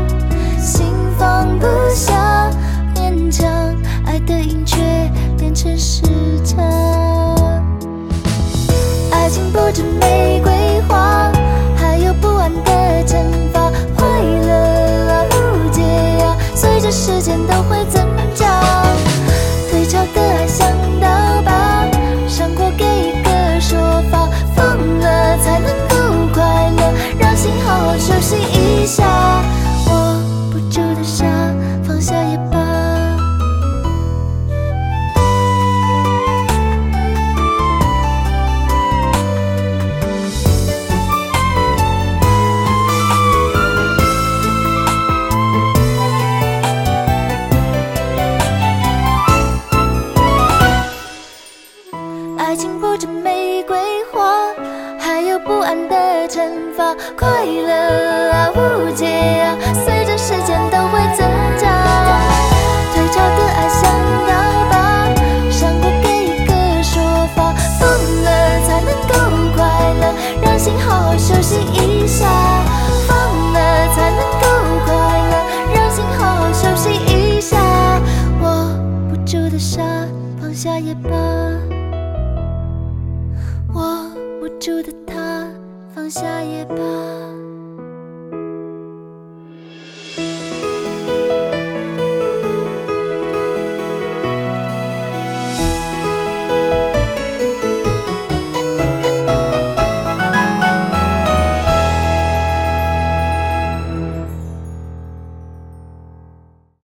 E: 心放不下，勉强爱的盈缺变成时差。爱情不止玫瑰花，还有不安的惩罚，快乐啊，误解啊，随着时间都会增长。退潮的爱像刀疤，伤过给一个说法，放了才能够快乐，让心好好休息一下。握不住的沙，放下也罢。爱情不止玫瑰花，还有不安的惩罚，快乐啊，误解啊，随着时间都会增加。退潮的爱像刀疤，伤过给一个说法，放了才能够快乐，让心好好休息一下。放了才能够快乐，让心好好休息一下。握不住的沙，放下也罢。握不住的他，放下也罢。